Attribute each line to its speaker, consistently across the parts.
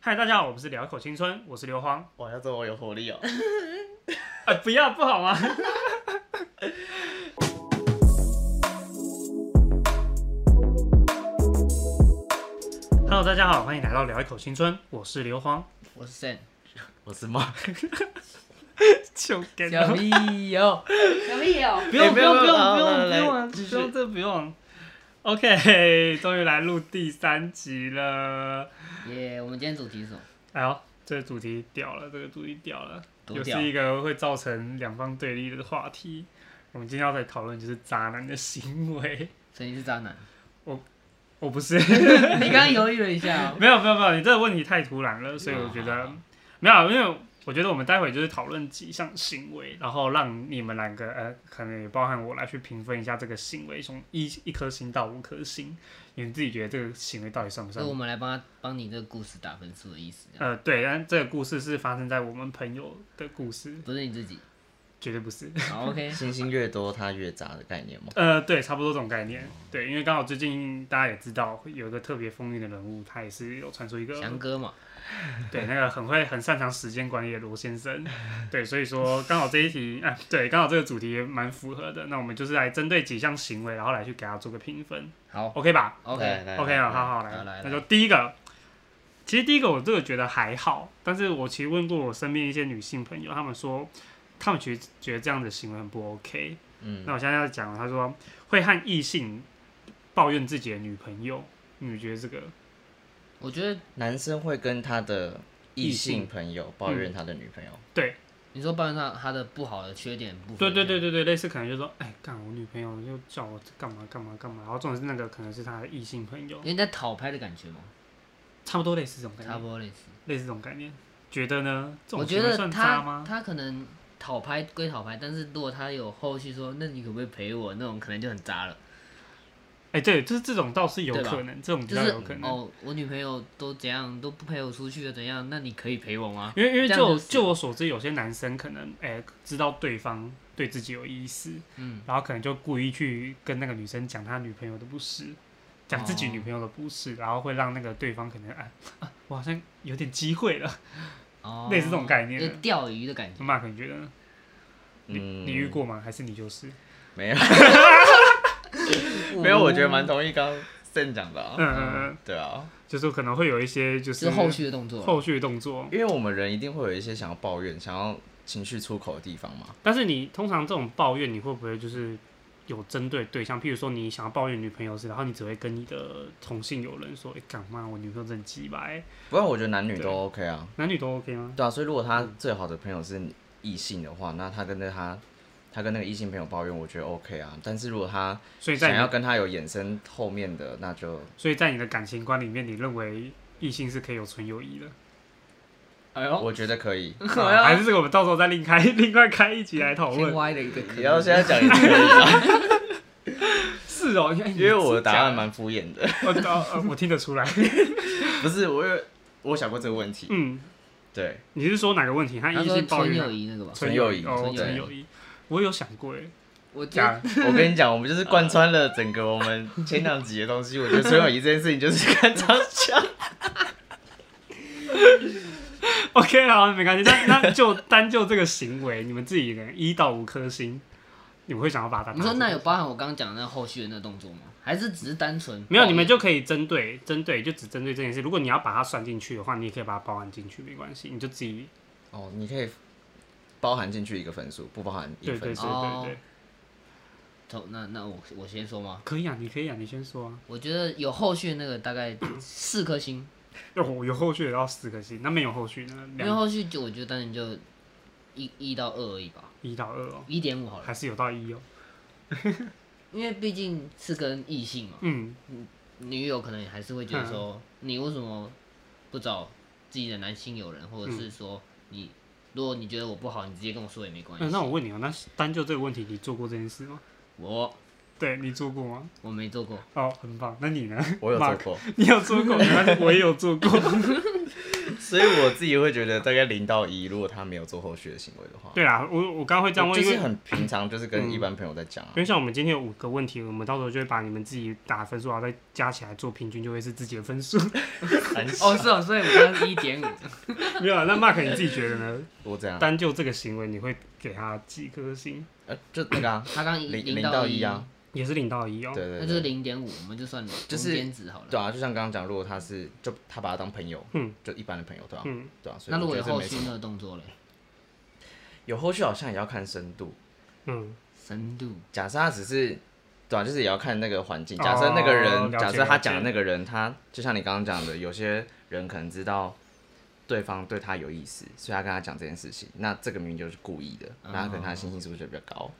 Speaker 1: 嗨，大家好，我们是聊一口青春，我是刘荒。
Speaker 2: 哇，要这么有活力哦！
Speaker 1: 哎、不要不好吗？Hello，大家好，欢迎来到聊一口青春，我是刘荒。
Speaker 3: 我是 Sam，
Speaker 2: 我是猫，
Speaker 1: 就给
Speaker 3: 小咪哟，
Speaker 4: 有没有？
Speaker 1: 不用
Speaker 2: 哎
Speaker 1: 不
Speaker 2: 没有
Speaker 1: 用不
Speaker 2: 没有
Speaker 1: 用
Speaker 2: 好
Speaker 1: 不用
Speaker 2: 来
Speaker 1: 不
Speaker 2: 来
Speaker 1: 用啊，
Speaker 2: 继续
Speaker 1: 不用这不用。OK，终于 来录第三集了。
Speaker 3: 耶！我们今天主题是什么？
Speaker 1: 哎呦，这个主题屌了，这个主题屌了，
Speaker 3: 多
Speaker 1: 又
Speaker 3: 屌
Speaker 1: 是一个会造成两方对立的话题。我们今天要来讨论就是渣男的行为。
Speaker 3: 谁是渣男？
Speaker 1: 我不是，
Speaker 3: 你刚刚犹豫了一下哦，
Speaker 1: 没有没有没有，你这个问题太突然了，所以我觉得
Speaker 3: 啊
Speaker 1: 没有，因为我觉得我们待会就是讨论几项行为，然后让你们两个呃，可能也包含我来去评分一下这个行为，从一一颗星到五颗星，你们自己觉得这个行为到底算不
Speaker 3: 所
Speaker 1: 算
Speaker 3: 以我们来帮他帮你这个故事打分数的意思，这样
Speaker 1: 呃，对，但这个故事是发生在我们朋友的故事，
Speaker 3: 不是你自己。
Speaker 1: 绝对不是。
Speaker 3: 好 ，OK，
Speaker 2: 星星越多，它越渣的概念吗？
Speaker 1: 呃，对，差不多这种概念。对，因为刚好最近大家也知道，有一个特别风云的人物，他也是有传出一个
Speaker 3: 翔哥嘛，
Speaker 1: 对，那个很会、很擅长时间管理的罗先生，对，所以说刚好这一题，哎、对，刚好这个主题也蛮符合的。那我们就是来针对几项行为，然后来去给他做个评分
Speaker 3: 好
Speaker 1: ，OK 吧
Speaker 3: ，OK，
Speaker 1: ？OK 啊，好好
Speaker 3: 来来
Speaker 1: 那就第一个，其实第一个我这个觉得还好，但是我其实问过我身边一些女性朋友，她们说，她们其实觉得这样的行为很不 OK。
Speaker 2: 嗯
Speaker 1: 那，我现在要讲了，她说会和异性抱怨自己的女朋友，你们觉得这个？
Speaker 3: 我觉得
Speaker 2: 男生会跟他的异
Speaker 1: 异
Speaker 2: 性
Speaker 1: 性
Speaker 2: 朋友抱怨他的女朋友，
Speaker 3: 你说抱怨他他的不好啊的缺点部分，
Speaker 1: 对对对，对对，类似可能就说，哎，干我女朋友又叫我干嘛干嘛干嘛，然后重点是那个可能是他的异性朋友
Speaker 3: 有，点在讨拍的感觉嘛，
Speaker 1: 差不多类似这种概
Speaker 3: 嗯差
Speaker 1: 念，
Speaker 3: 不多类似。
Speaker 1: 类似这种概念，觉得呢？嗯这
Speaker 3: 我
Speaker 1: 种
Speaker 3: 觉
Speaker 1: 行为
Speaker 3: 得
Speaker 1: 算渣
Speaker 3: 他
Speaker 1: 吗？
Speaker 3: 他可能讨拍归讨拍，但是如果他有后续说，那你可不可以陪我那种，可能就很渣了。
Speaker 1: 哎，对，就是这种倒是有
Speaker 3: 对吧
Speaker 1: 可能，这种比
Speaker 3: 就
Speaker 1: 较
Speaker 3: 是
Speaker 1: 有可能，
Speaker 3: 哦，我女朋友都怎样都不陪我出去了，怎样？那你可以陪我吗？
Speaker 1: 因为因为
Speaker 3: 这样
Speaker 1: 就
Speaker 3: 就
Speaker 1: 我
Speaker 3: 是
Speaker 1: 就我所知，有些男生可能哎知道对方对自己有意思，
Speaker 3: 嗯，
Speaker 1: 然后可能就故意去跟那个女生讲他女朋友的不是，讲自己
Speaker 3: 哦
Speaker 1: 女朋友的不是，然后会让那个对方可能哎、啊，我好像有点机会了，
Speaker 3: 哦，
Speaker 1: 类似这种概念
Speaker 3: 有钓鱼的感觉。
Speaker 1: 马可你觉得呢？你
Speaker 2: 嗯
Speaker 1: 你遇过吗？还是你就是？
Speaker 2: 没 有，没有，我觉得蛮同意刚刚 Sen 讲的
Speaker 1: 嗯
Speaker 2: 啊，
Speaker 1: 嗯嗯，
Speaker 2: 对啊，
Speaker 1: 就是可能会有一些就是是
Speaker 3: 哦后续的动作，
Speaker 1: 后续动作，
Speaker 2: 因为我们人一定会有一些想要抱怨、想要情绪出口的地方嘛，
Speaker 1: 但是你通常这种抱怨，你会不会就是有针对对象？譬如说你想要抱怨女朋友是，然后你只会跟你的同性友人说：“哎、干嘛我女朋友真鸡巴、欸，
Speaker 2: 不过我觉得男女都 OK 啊，
Speaker 1: 男女都 OK 吗
Speaker 2: 对啊，所以如果他最好的朋友是异性的话，那他跟着他。他跟那个异性朋友抱怨，我觉得 OK 啊。但是如果他？”
Speaker 1: 所以在
Speaker 2: 想
Speaker 1: 你
Speaker 2: 要
Speaker 1: 的
Speaker 2: 跟他有衍生后面的，那就
Speaker 1: 所以在你的感情观里面，你认为异性是可以有纯友谊的、
Speaker 3: 哎
Speaker 1: 哦
Speaker 3: 呦，
Speaker 2: 我觉得可以。
Speaker 3: 好
Speaker 1: 啊
Speaker 3: 呀
Speaker 1: 还是这个我们到时候再另开 另外开一集来讨
Speaker 3: 先
Speaker 1: 论？
Speaker 3: 歪了一个
Speaker 2: 你
Speaker 3: 坑。
Speaker 2: 要现在讲也 可以啊，
Speaker 1: 是哦，因
Speaker 2: 因为我的答案蛮敷衍的。
Speaker 1: 我呃我听得出来，
Speaker 2: 不是，我有我想过这个问题。
Speaker 1: 嗯。
Speaker 2: 对，
Speaker 1: 你是说哪个问题？他
Speaker 3: 他
Speaker 1: 异
Speaker 3: 说
Speaker 1: 性抱
Speaker 3: 纯
Speaker 1: 怨啊
Speaker 3: 友
Speaker 1: 哪
Speaker 3: 谊那个吧，
Speaker 1: 纯
Speaker 2: 友
Speaker 1: 谊
Speaker 2: 谊
Speaker 1: 哦，
Speaker 3: 纯
Speaker 1: 纯
Speaker 2: 友
Speaker 1: 友谊，我有想过哎，
Speaker 3: 我觉得
Speaker 1: 假
Speaker 2: 我跟你讲，我们就是贯穿了整个我们前两集的东西。我觉得崔友谊这件事情就是看长相，
Speaker 1: OK 好，没关系。那那就单就这个行为，你们自己人一到五颗星，你们会想要把它打？
Speaker 3: 你说那有包含我刚刚讲的那后续的那个动作吗？还是只是单纯
Speaker 1: 没有？你们
Speaker 3: 抱
Speaker 1: 就可以针对针对，就只针对这件事。如果你要把它算进去的话，你也可以把它包含进去，没关系，你就自己
Speaker 2: 哦，你可以包含进去一个分数，不包含一
Speaker 1: 对对对对
Speaker 2: 分数。
Speaker 1: 对对
Speaker 3: 哦，怨？那那我我先说吗？
Speaker 1: 可以啊，你可以啊，你先说啊。
Speaker 3: 我觉得有后续的那个大概四颗星，
Speaker 1: 有有后续也要四颗星，那没有后续呢？
Speaker 3: 因为
Speaker 1: 两
Speaker 3: 后续就我觉得当然就一一到二而已吧，
Speaker 1: 一到二哦，
Speaker 3: 一点五好了，
Speaker 1: 还是有到一哦。
Speaker 3: 因为毕竟是跟异性嘛，
Speaker 1: 嗯，
Speaker 3: 女友可能还是会觉得说，你为什么不找自己的男性友人，或者是说你，如果你觉得我不好，你直接嗯跟我说也没关系。
Speaker 1: 呃那我问你哦，那单就这个问题，你做过这件事吗？
Speaker 3: 我
Speaker 1: 对你做过吗？
Speaker 3: 我没 做过，
Speaker 1: 哦，很棒。那你呢？
Speaker 2: 我有
Speaker 1: Mark
Speaker 2: 做过，
Speaker 1: 你有做过，没关系，我也有做过。
Speaker 2: 所以我自己会觉得大概零到一，如果他没有做后续的行为的话，
Speaker 1: 对啦，我我刚刚会这样问，
Speaker 2: 就
Speaker 1: 因为嗯
Speaker 2: 是很平常，就是跟一般朋友在讲啊
Speaker 1: 因。为像我们今天有五个问题，我们到时候就会把你们自己打分数，然后再加起来做平均，就会是自己的分 数。
Speaker 2: 很
Speaker 3: 哦，是哦，所以我刚刚是一点五，
Speaker 1: 没有啊，那 Mark 你自己觉得呢？
Speaker 2: 我这样，
Speaker 1: 单就这个行为，你会给他几颗星？
Speaker 2: 呃，就那个啊，
Speaker 3: 他刚
Speaker 2: 零
Speaker 3: 零
Speaker 2: 零到
Speaker 3: 一
Speaker 2: 一啊，，
Speaker 1: 也是零到一哦
Speaker 2: 对。
Speaker 3: 那
Speaker 2: 对
Speaker 3: 就是
Speaker 2: 对，
Speaker 3: 零点五，我们就算中
Speaker 2: 就是
Speaker 3: 间值好了。
Speaker 2: 对啊，就像刚刚讲，如果他是就他把他当朋友，
Speaker 1: 嗯
Speaker 2: 就一般的朋友，对啊，
Speaker 1: 嗯，
Speaker 2: 对啊，所以
Speaker 3: 那如
Speaker 2: 我觉
Speaker 3: 果有
Speaker 2: 得这
Speaker 3: 后
Speaker 2: 没什
Speaker 3: 续
Speaker 2: 么，
Speaker 3: 那个动作嘞，
Speaker 2: 有后续好像也要看深度。
Speaker 1: 嗯，
Speaker 3: 深度
Speaker 2: 假设他只是，对啊，就是也要看那个环境。假设那个
Speaker 1: 哦了
Speaker 2: 人，
Speaker 1: 解
Speaker 2: 假设他讲的
Speaker 1: 了解
Speaker 2: 那个人，他就像你刚刚讲的，有些人可能知道对方对他有意思，所以他跟他讲这件事情，那这个明明就是故意的，
Speaker 1: 嗯
Speaker 3: 哦
Speaker 2: 那他可能他的心性是不是就比较高？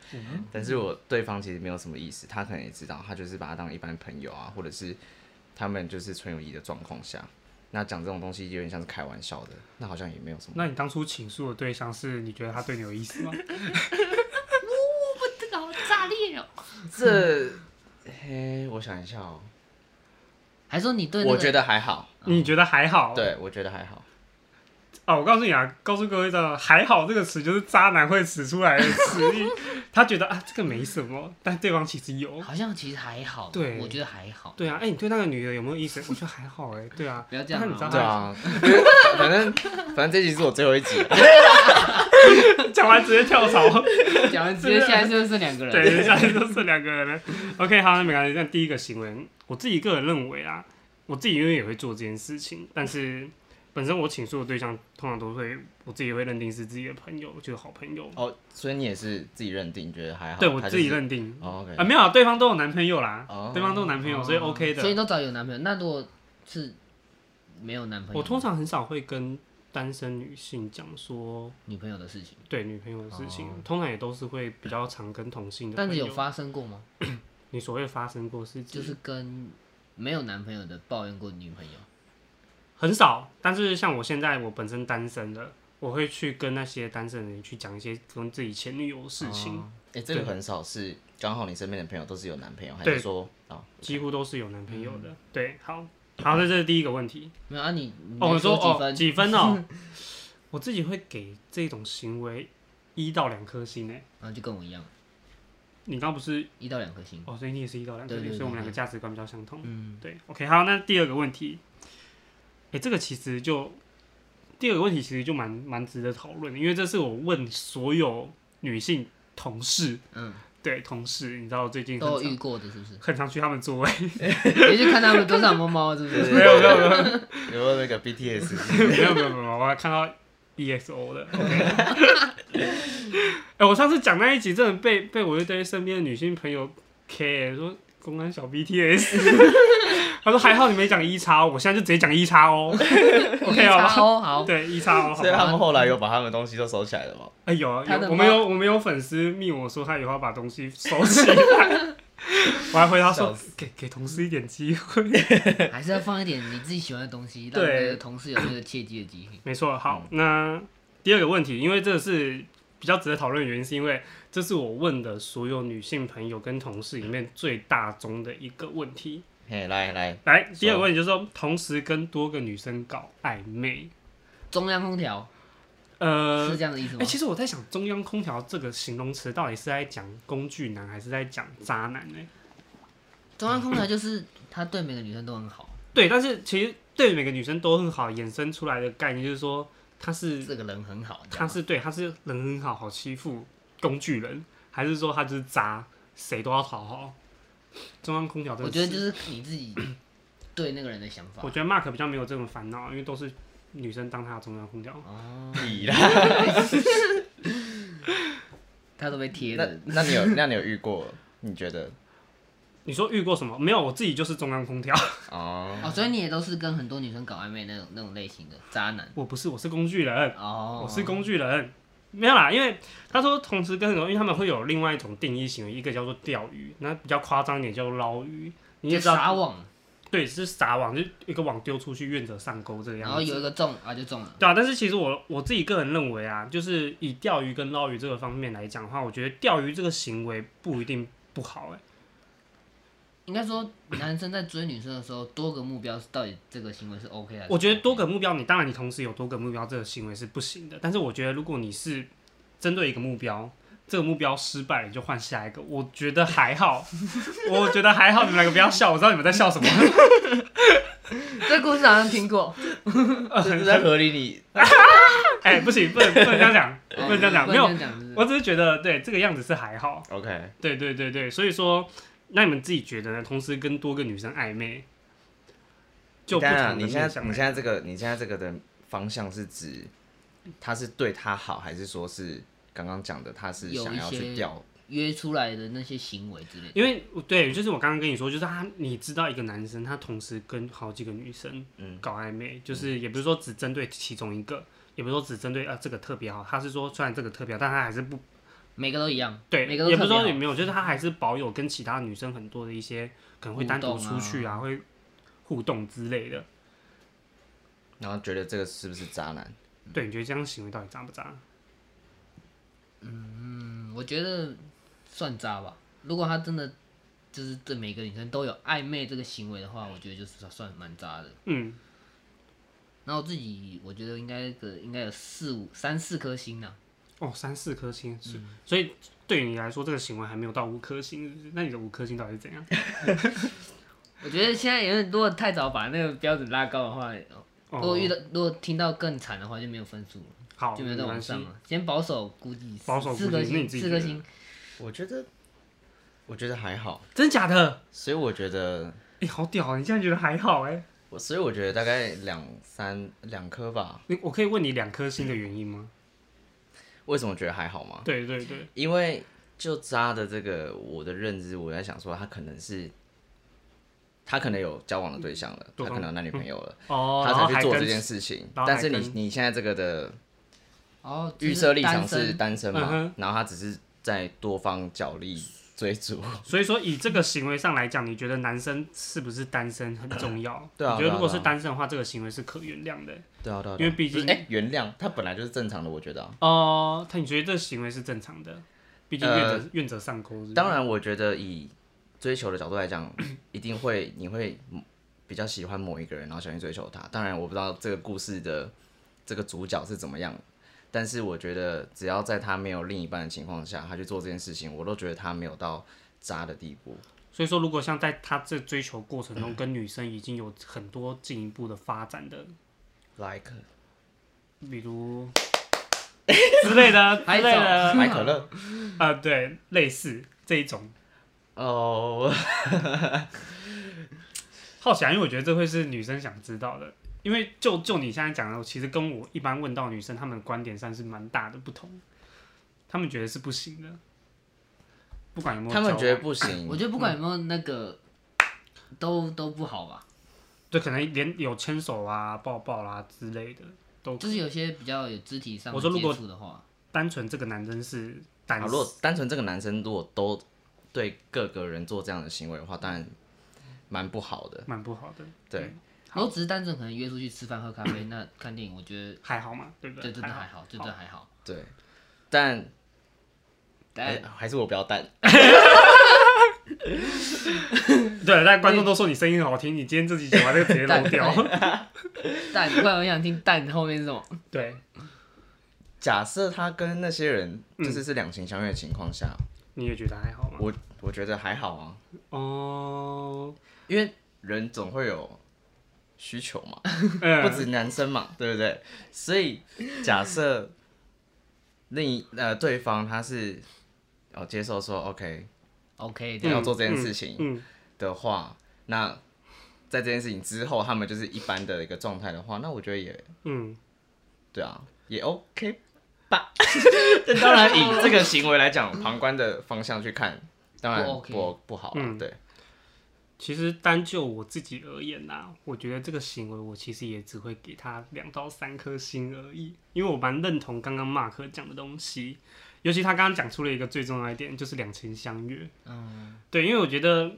Speaker 2: 但是我对方其实没有什么意思，他可能也知道，他就是把他当一般朋友啊，或者是他们就是纯友谊的状况下，那讲这种东西有点像是开玩笑的，那好像也没有什么。
Speaker 1: 那你当初倾诉的对象是你觉得他对你有意思 吗？
Speaker 3: 这个好炸裂哦！
Speaker 2: 这，嘿，我想一下哦，
Speaker 3: 还说你对那
Speaker 2: 我
Speaker 3: 个
Speaker 2: 觉得还好，
Speaker 1: 你觉得还好？
Speaker 2: 对我觉得还好。
Speaker 1: 啊，我告诉你啊，告诉各位的“还好”这个词就是渣男会使出来的词，因为他觉得啊这个没什么，但对方其实有。
Speaker 3: 好像其实还好，
Speaker 1: 对
Speaker 3: 我觉得还好。
Speaker 1: 对啊，哎、你对那个女的有没有意思？我觉得还好哎、 对啊，
Speaker 3: 不要这样啊
Speaker 1: 但你知道
Speaker 2: 对
Speaker 1: 他
Speaker 2: 啊， 反正反正这集是我最后一集了，
Speaker 1: 讲完直接跳槽，
Speaker 3: 讲完直接现在就是两个人，
Speaker 1: 对，下次就是两个人了。OK，好，那没关系。那第一个行为，我自己个人认为啊，我自己因为也会做这件事情，但是本身我倾诉的对象通常都会，我自己会认定是自己的朋友，就是好朋友。
Speaker 2: 哦，所以你也是自己认定，觉得还好。
Speaker 1: 对我
Speaker 2: 他
Speaker 1: 自
Speaker 2: 就是
Speaker 1: 己认定
Speaker 2: 哦，OK
Speaker 1: 啊，没有啊，对方都有男朋友啦
Speaker 2: 哦，
Speaker 1: 对方都有男朋友，所以 OK
Speaker 3: 所以
Speaker 1: 的。
Speaker 3: 都找有男朋友。那如果是没有男朋友，
Speaker 1: 我通常很少会跟单身女性讲说
Speaker 3: 女朋友的事情，
Speaker 1: 对女朋友的事情，通常也都是会比较常跟同性的
Speaker 3: 哦但
Speaker 1: 朋
Speaker 3: 是有
Speaker 1: 友。
Speaker 3: 发生过吗？
Speaker 1: 你所谓发生过事情，
Speaker 3: 就是跟没有男朋友的抱怨过女朋友，
Speaker 1: 很少，但是像我现在我本身单身了，我会去跟那些单身的人去讲一些跟自己前女友的事情，
Speaker 3: 哦
Speaker 2: 哎，这个很少是刚好你身边的朋友都是有男朋友，还
Speaker 1: 对
Speaker 2: 是说哦，
Speaker 1: 几乎都是有男朋友
Speaker 3: 嗯
Speaker 1: 的。对，好，好，那这是第一个问题。
Speaker 3: 没有啊你？你
Speaker 1: 哦，我
Speaker 3: 没
Speaker 1: 说
Speaker 3: 几
Speaker 1: 哦
Speaker 3: 分？
Speaker 1: 几分哦？ 我自己会给这种行为一到两颗星诶。
Speaker 3: 然后就跟我一样，
Speaker 1: 你刚不是
Speaker 3: 一到两颗星。
Speaker 1: 哦，所以你也是一到两颗
Speaker 3: 对
Speaker 1: 星，
Speaker 3: 对
Speaker 1: 所以我们
Speaker 3: 对
Speaker 1: 两个价值观比较相同。
Speaker 3: 嗯，
Speaker 1: 对，OK，好，那第二个问题，哎、这个其实就第二个问题其实就蛮蛮值得讨论的，因为这是我问所有女性同事，
Speaker 3: 嗯，
Speaker 1: 对同事，你知道最近
Speaker 3: 都有
Speaker 1: 很
Speaker 3: 遇
Speaker 1: 常？
Speaker 3: 过的，是不是
Speaker 1: 很常去他们座位，
Speaker 3: 你去看他们多少猫猫，是 不是？
Speaker 1: 没有没有没有
Speaker 2: 有没有那 个 BTS？
Speaker 1: 没有没有没有，我还看到 EXO 的。OK，哎、我上次讲那一集真的被被我一堆身边的女性朋友 K、说公安小 BTS，他说还好你没讲一叉，哦我现在就直接讲一叉哦。OK 好不好？
Speaker 3: 好好，
Speaker 1: 对一叉哦，好
Speaker 2: 所以
Speaker 1: 吧。
Speaker 2: 他们后来有把他们东西都收起来了吗？
Speaker 1: 哎、有啊，
Speaker 3: 他的
Speaker 1: 有我们
Speaker 3: 猫
Speaker 1: 有我们有粉丝密我说他以后要把东西收起来， 我还回他
Speaker 2: 笑
Speaker 1: 说给给同事一点机会。
Speaker 3: 还是要放一点你自己喜欢的东西，让
Speaker 1: 对
Speaker 3: 那个同事有那个切记的机会。
Speaker 1: 没错，好，那第二个问题，因为这是比较值得讨论的原因，是因为这是我问的所有女性朋友跟同事里面最大宗的一个问题。
Speaker 2: 嘿，来来，
Speaker 1: 来，第二个问题就是说，同时跟多个女生搞暧昧，
Speaker 3: 中央空调
Speaker 1: 呃
Speaker 3: 是，这样的意思
Speaker 1: 哎、
Speaker 3: 吗？
Speaker 1: 其实我在想，中央空调这个形容词到底是在讲工具男，还是在讲渣男呢、
Speaker 3: 中央空调就是他对每个女生都很好，
Speaker 1: 对，但是其实对每个女生都很好，衍生出来的概念就是说，他是
Speaker 3: 这个人很好，这
Speaker 1: 他
Speaker 3: 样
Speaker 1: 是对，他是人很好，好欺负工具人，还是说他就是渣，谁都要讨好？中央空调真
Speaker 3: 我
Speaker 1: 的，
Speaker 3: 觉得就，是你自己对那个人的想法
Speaker 1: 我。觉得 Mark 比较没有这种烦恼，因为都是女生当他的中央空调。
Speaker 3: 哦，
Speaker 2: 你啦。
Speaker 3: 他都被贴
Speaker 2: 那
Speaker 3: 的，
Speaker 2: 那你有那你有遇过？你觉得？
Speaker 1: 你说遇过什么？没有，我自己就是中央空调，
Speaker 2: 哦，
Speaker 3: 哦，所以你也都是跟很多女生搞暧昧那种那种类型的渣男
Speaker 1: 我不是，我是工具人，
Speaker 3: 哦。
Speaker 1: 我是工具人。没有啦，因为他说同时跟很多，因为他们会有另外一种定义行为，一个叫做钓鱼，那比较夸张一点叫捞鱼。你也
Speaker 3: 就
Speaker 1: 知道，
Speaker 3: 撒网，
Speaker 1: 对，是撒网，就一个网丢出去，愿者上钩这个样
Speaker 3: 然
Speaker 1: 子。
Speaker 3: 后有一个中啊就中了，
Speaker 1: 对啊，但是其实我我自己个人认为啊，就是以钓鱼跟捞鱼欸这个方面来讲的话，我觉得钓鱼这个行为不一定不好哎、
Speaker 3: 应该说男生在追女生的时候，多个目标到底这个行为是 OK 的？
Speaker 1: 我觉得多个目标，你当然你同时有多个目标，这个行为是不行的。但是我觉得如果你是针对一个目标，这个目标失败了，你就换下一个。我觉得还 好，我觉得还好。你们两个不要笑，我知道你们在笑什么。
Speaker 4: 这故事好像听过，
Speaker 2: 这是在合理里，
Speaker 1: 哎、不行，不能不能这样讲，不 能这样讲，
Speaker 3: 不
Speaker 1: 没有
Speaker 3: 能这样讲就是
Speaker 1: 我只是觉得，对这个样子是还好，
Speaker 2: OK，
Speaker 1: 对对对对，所以说，那你们自己觉得呢？同时跟多个女生暧昧，就不
Speaker 2: 当
Speaker 1: 同
Speaker 2: 然
Speaker 1: 的
Speaker 2: 啊你现在
Speaker 1: 面向
Speaker 2: 你现在这个你现在这个的方向是指他是对他好，还是说是刚刚讲的他是
Speaker 3: 有
Speaker 2: 想
Speaker 3: 一
Speaker 2: 要去
Speaker 3: 些
Speaker 2: 钓？
Speaker 3: 约出来的那些行为之类的。
Speaker 1: 因为对，就是我刚刚跟你说，就是他，你知道一个男生，他同时跟好几个女生
Speaker 2: 嗯
Speaker 1: 搞暧昧，就是也不是说只针对其中一个，也不是说只针对啊这个特别好，他是说虽然这个特别好，但他还是不
Speaker 3: 每个都一样，
Speaker 1: 对，
Speaker 3: 每个都
Speaker 1: 也不是
Speaker 3: 特别
Speaker 2: 啊
Speaker 1: 说
Speaker 3: 好
Speaker 1: 也没有，就是他还是保有跟其他女生很多的一些可能会单独
Speaker 3: 互动
Speaker 1: 出
Speaker 3: 啊
Speaker 1: 去啊，会互动之类的。
Speaker 2: 然后觉得这个是不是渣男？
Speaker 1: 对，你觉得这样行为到底渣不渣？
Speaker 3: 嗯，我觉得算渣吧。如果他真的就是对每个女生都有暧昧这个行为的话，我觉得就是算蛮渣的。
Speaker 1: 嗯，
Speaker 3: 然后我自己我觉得应该个应该有四五三四颗星啊呢、
Speaker 1: 哦，三四颗星，是所以对你来说这个行为还没有到五颗星，是不是那你的五颗星到底是怎样？
Speaker 3: 我觉得现在有点，如果太早把那个标准拉高的话，如果
Speaker 1: 哦，
Speaker 3: 遇到如果听到更惨的话，就没有分数了，
Speaker 1: 好，
Speaker 3: 就没有
Speaker 1: 哦没
Speaker 3: 再
Speaker 1: 关
Speaker 3: 往
Speaker 1: 系
Speaker 3: 上。了。先保守估计四，
Speaker 1: 保守估计
Speaker 3: 四颗
Speaker 1: 那你
Speaker 3: 星，
Speaker 1: 自己
Speaker 3: 四颗
Speaker 1: 觉得
Speaker 3: 星，
Speaker 2: 我觉得，我觉得还好，
Speaker 1: 真假的？
Speaker 2: 所以我觉得，
Speaker 1: 哎、好屌啊！你竟然觉得还好哎、
Speaker 2: 我所以我觉得大概两三两颗吧。
Speaker 1: 你我可以问你两颗星的原因吗？
Speaker 2: 为什么觉得还好吗？
Speaker 1: 对对对，
Speaker 2: 因为就渣的这个我的认知，我在想说他可能是，他可能有交往的对象了，他
Speaker 1: 嗯对方
Speaker 2: 可能有男女朋友了，
Speaker 1: 哦，然
Speaker 2: 他
Speaker 1: 后
Speaker 2: 才
Speaker 1: 还
Speaker 2: 去做
Speaker 1: 跟
Speaker 2: 这件事情。
Speaker 1: 然后
Speaker 2: 但
Speaker 1: 还
Speaker 2: 是你
Speaker 1: 跟
Speaker 2: 你现在这个的
Speaker 3: 哦，就
Speaker 2: 预
Speaker 3: 是
Speaker 2: 设立
Speaker 3: 单
Speaker 2: 场是
Speaker 3: 身
Speaker 2: 单身
Speaker 1: 嗯
Speaker 2: 嘛
Speaker 1: 哼，
Speaker 2: 然后他只是在多方角力追逐。
Speaker 1: 所以说以这个行为上来讲，你觉得男生是不是单身很重要？
Speaker 2: 对啊
Speaker 1: 你觉得如果
Speaker 2: 对啊
Speaker 1: 是
Speaker 2: 对啊
Speaker 1: 单身的话，这个行为是可原谅的。
Speaker 2: 对啊对啊，
Speaker 1: 因为毕竟
Speaker 2: 不是哎原谅他本来就是正常的，我觉得啊。
Speaker 1: 哦，他你觉得这个行为是正常的？毕竟愿者、
Speaker 2: 呃
Speaker 1: 愿者上钩是不是。
Speaker 2: 当然，我觉得以追求的角度来讲， 一定会你会比较喜欢某一个人，然后想去追求他。当然，我不知道这个故事的这个主角是怎么样，但是我觉得只要在他没有另一半的情况下，他去做这件事情，我都觉得他没有到渣的地步。
Speaker 1: 所以说，如果像在他这追求过程
Speaker 2: 嗯
Speaker 1: 中，跟女生已经有很多进一步的发展的，
Speaker 2: Like
Speaker 1: 比 如之类的之
Speaker 3: 还
Speaker 1: 类的，
Speaker 2: 买可乐
Speaker 1: 啊，对，类似这一种。
Speaker 2: 哦，
Speaker 1: 好奇啊，因为我觉得这会是女生想知道的，因为就就你现在讲的，其实跟我一般问到女生，她们观点上是蛮大的不同，她们觉得是不行的，不管有没有
Speaker 2: 他们觉
Speaker 1: 交
Speaker 2: 得
Speaker 1: 往
Speaker 2: 不行
Speaker 3: 我。觉得不管有没有那
Speaker 1: 嗯
Speaker 3: 个，都都不好吧。
Speaker 1: 对，可能连有牵手啊、抱抱啦、之类的，都
Speaker 3: 就是有些比较有肢体上
Speaker 1: 我
Speaker 3: 的
Speaker 1: 说如果
Speaker 3: 接触的话，
Speaker 1: 单纯这个男生是单
Speaker 2: 啊，如果单纯这个男生如果都对各个人做这样的行为的话，当然蛮不好的。
Speaker 1: 蛮不好的，
Speaker 2: 对，
Speaker 3: 如果只是单纯可能约出去吃饭、喝咖啡，那看电影，我觉得
Speaker 1: 还好嘛，对不
Speaker 3: 这
Speaker 1: 对？
Speaker 3: 真的
Speaker 1: 还
Speaker 3: 还好，这真的还好。
Speaker 2: 对，但哎
Speaker 3: 但
Speaker 2: 还还是我不要带。
Speaker 1: 对，但观众都说你声音很好听，你今天自己讲完这个直接漏掉。
Speaker 3: 但不然我想听但后面是什么？
Speaker 1: 对，
Speaker 2: 假设他跟那些人
Speaker 1: 嗯
Speaker 2: 就是是两情相悦的情况下，
Speaker 1: 你也觉得还好吗？
Speaker 2: 我我觉得还好啊，
Speaker 1: 哦，
Speaker 2: 因为人总会有需求 嘛，不
Speaker 1: 嗯，
Speaker 2: 止男生嘛，对不对？所以假设另一呃对方他是哦接受说 OK
Speaker 3: OK
Speaker 2: 要
Speaker 3: 的，
Speaker 2: 做这件事情
Speaker 1: 嗯，
Speaker 2: 的话，那在这件事情之后，他们就是一般的一个状态的话，那我觉得也
Speaker 1: 嗯，
Speaker 2: 对啊，也 OK 吧。但当然，以这个行为来讲，旁观的方向去看，当然不
Speaker 3: 不 OK
Speaker 2: 不好、啊。
Speaker 1: 嗯
Speaker 2: 对，
Speaker 1: 其实单就我自己而言呐、我觉得这个行为我其实也只会给他两到三颗星而已，因为我蛮认同刚刚 Mark 讲的东西，尤其他刚刚讲出了一个最重要一点，就是两情相悦。
Speaker 3: 嗯，
Speaker 1: 对，因为我觉得，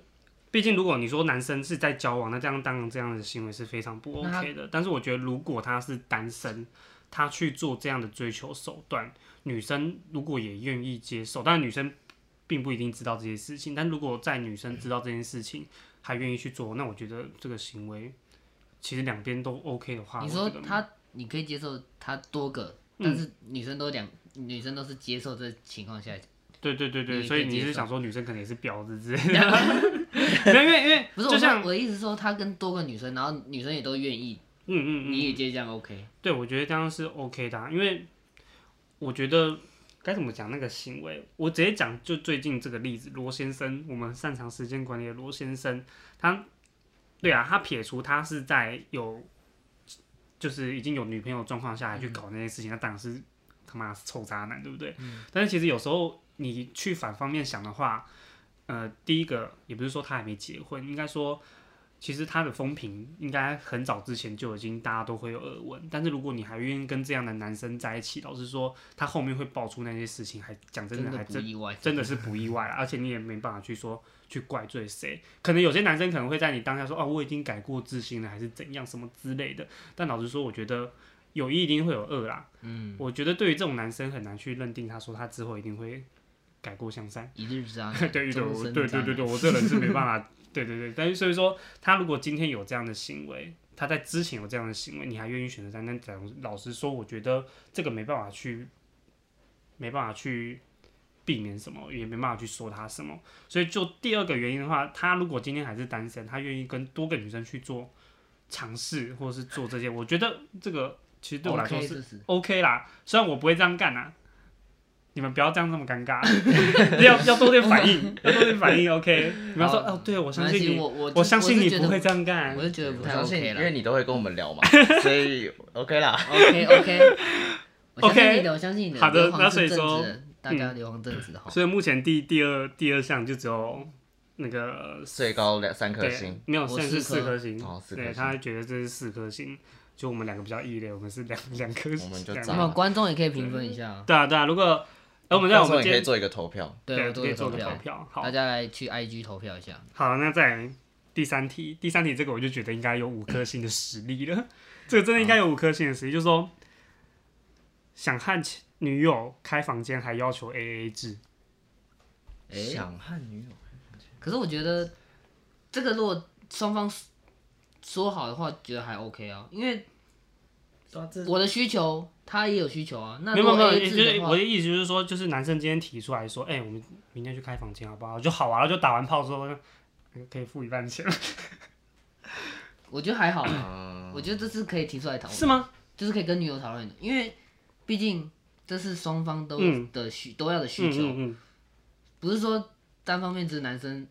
Speaker 1: 毕竟如果你说男生是在交往，那这样当然这样的行为是非常不
Speaker 3: 那他
Speaker 1: OK 的。但是我觉得，如果他是单身，他去做这样的追求手段，女生如果也愿意接受，当然女生并不一定知道这些事情，但如果在女生知道这件事情还愿意去做，那我觉得这个行为其实两边都 OK 的话，
Speaker 3: 你
Speaker 1: 我
Speaker 3: 说
Speaker 1: 觉得
Speaker 3: 他，你可以接受他多个，
Speaker 1: 嗯
Speaker 3: 但是女生都两，女生都是接受这情况下，
Speaker 1: 对对对对，
Speaker 3: 你
Speaker 1: 所以
Speaker 3: 可以
Speaker 1: 你
Speaker 3: 接
Speaker 1: 是
Speaker 3: 受
Speaker 1: 想说女生可能也是婊子之类的， 没有因为因为
Speaker 3: 不是
Speaker 1: 就
Speaker 3: 我
Speaker 1: 像
Speaker 3: 说我的意思是说，他跟多个女生，然后女生也都愿意，
Speaker 1: 嗯嗯
Speaker 3: 你
Speaker 1: 嗯，
Speaker 3: 也接这样 OK，
Speaker 1: 对我觉得这样是 OK 的啊、因为我觉得该怎么讲那个行为，我直接讲就最近这个例子，罗先生，我们擅长时间管理的罗先生，他对啊，他撇除他是在有就是已经有女朋友的状况下还
Speaker 3: 嗯
Speaker 1: 去搞那些事情，那当然是他妈是臭渣男，对不对？
Speaker 3: 嗯
Speaker 1: 但是其实有时候你去反方面想的话，呃，第一个也不是说他还没结婚，应该说其实他的风评应该很早之前就已经大家都会有耳闻。但是如果你还愿意跟这样的男生在一起，老实说，他后面会爆出那些事情，还讲真的
Speaker 3: 真的
Speaker 1: 还
Speaker 3: 不
Speaker 1: 真
Speaker 3: 意外，
Speaker 1: 真的是不意外啦，而且你也没办法去说去怪罪谁。可能有些男生可能会在你当下说：“哦，我已经改过自新了，还是怎样什么之类的。”但老实说，我觉得有一一定会有二啦。嗯，我觉得对于这种男生很难去认定他说他之后一定会改过向善。
Speaker 3: 一 日之
Speaker 1: 对
Speaker 3: 男，
Speaker 1: 对对，
Speaker 3: 终
Speaker 1: 我
Speaker 3: 身
Speaker 1: 对
Speaker 3: 渣
Speaker 1: 对对
Speaker 3: 男
Speaker 1: 对，我这人是没办 法，对对对。但是所以说，他如果今天有这样的行为，他在之前有这样的行为，你还愿意选择他？那假如老实说，我觉得这个没办法去，没办法去避免什么，也没办法去说他什么。所以就第二个原因的话，他如果今天还是单身，他愿意跟多个女生去做尝试，或是做这些，我觉得这个其实对我来说
Speaker 3: OK，
Speaker 1: 是
Speaker 3: 这是
Speaker 1: OK 啦，虽然我不会这样干啊，你们不要这样这么尴尬，要要多点反应，要多点反应。OK，你们要说
Speaker 3: 好
Speaker 1: 哦，对我
Speaker 3: 我
Speaker 1: 相信你，
Speaker 3: 我我
Speaker 1: 我相信你不会
Speaker 3: 这
Speaker 1: 这样干
Speaker 3: 我。是觉得不
Speaker 2: 我
Speaker 3: 太
Speaker 2: 相信你，
Speaker 3: OK
Speaker 2: 因
Speaker 3: 了
Speaker 2: 为你都会跟我们 聊嘛，所以 OK 啦。
Speaker 3: ，OK OK，我
Speaker 1: OK
Speaker 3: 相信你的，我相信你的，
Speaker 1: 好的
Speaker 3: 流
Speaker 1: 那
Speaker 3: 黄
Speaker 1: 所以
Speaker 3: 是正
Speaker 1: 说嗯
Speaker 3: 直的，大家流黄正 直的哈，
Speaker 1: 所以目前第第二第二项就只有那个
Speaker 2: 最高两三颗
Speaker 1: 对
Speaker 2: 星，，
Speaker 1: 没有
Speaker 3: 我
Speaker 1: 现在是
Speaker 3: 四颗
Speaker 1: 四颗星
Speaker 2: 哦，四颗
Speaker 1: 对
Speaker 2: 星
Speaker 1: 他觉得这是四颗星，就我们两个比较异类，我们是两两颗星，
Speaker 2: 我们就
Speaker 1: 两
Speaker 2: 炸
Speaker 1: 颗
Speaker 3: 那
Speaker 2: 了
Speaker 3: 么观众也可以评分一下啊，
Speaker 1: 对啊对啊，如果哎我们在
Speaker 2: 到
Speaker 1: 我
Speaker 2: 时候
Speaker 1: 们
Speaker 2: 你
Speaker 1: 今
Speaker 2: 可以
Speaker 1: 天
Speaker 2: 做一个投票，
Speaker 3: 对，我都
Speaker 1: 可以
Speaker 3: 有
Speaker 1: 做个
Speaker 3: 投票
Speaker 1: 投，票，好
Speaker 3: 大。家来去 IG 投票一下。
Speaker 1: 好，那再来第三题，第三题这个我就觉得应该有五颗星的实力了， 这个真的应该有五颗星的实力，就是说想和前女友开房间还要求 A A 制，
Speaker 3: 哎、
Speaker 2: 想哦和女友。
Speaker 3: 可是我觉得这个如果双方说好的话，觉得还 OK 啊，因为我的需求他也有需求啊。那
Speaker 1: 啊没
Speaker 3: 如
Speaker 1: 有
Speaker 3: 果
Speaker 1: 没有，
Speaker 3: A
Speaker 1: 也就
Speaker 3: 制
Speaker 1: 是
Speaker 3: 的话
Speaker 1: 我，的意思就是说，就是男生今天提出来说，哎、我们明天去开房间好不好？就好啊，然后就打完炮之后。嗯可以付一半钱
Speaker 3: 哦我觉得还好啊、
Speaker 2: 嗯，
Speaker 3: 我觉得这是可以提出来讨论，
Speaker 1: 是吗？
Speaker 3: 就是可以跟女友讨论的，因为毕竟这是双方都
Speaker 1: 嗯
Speaker 3: 的需、都要的需
Speaker 1: 嗯
Speaker 3: 求，
Speaker 1: 嗯嗯，
Speaker 3: 不是说单方面只是男生。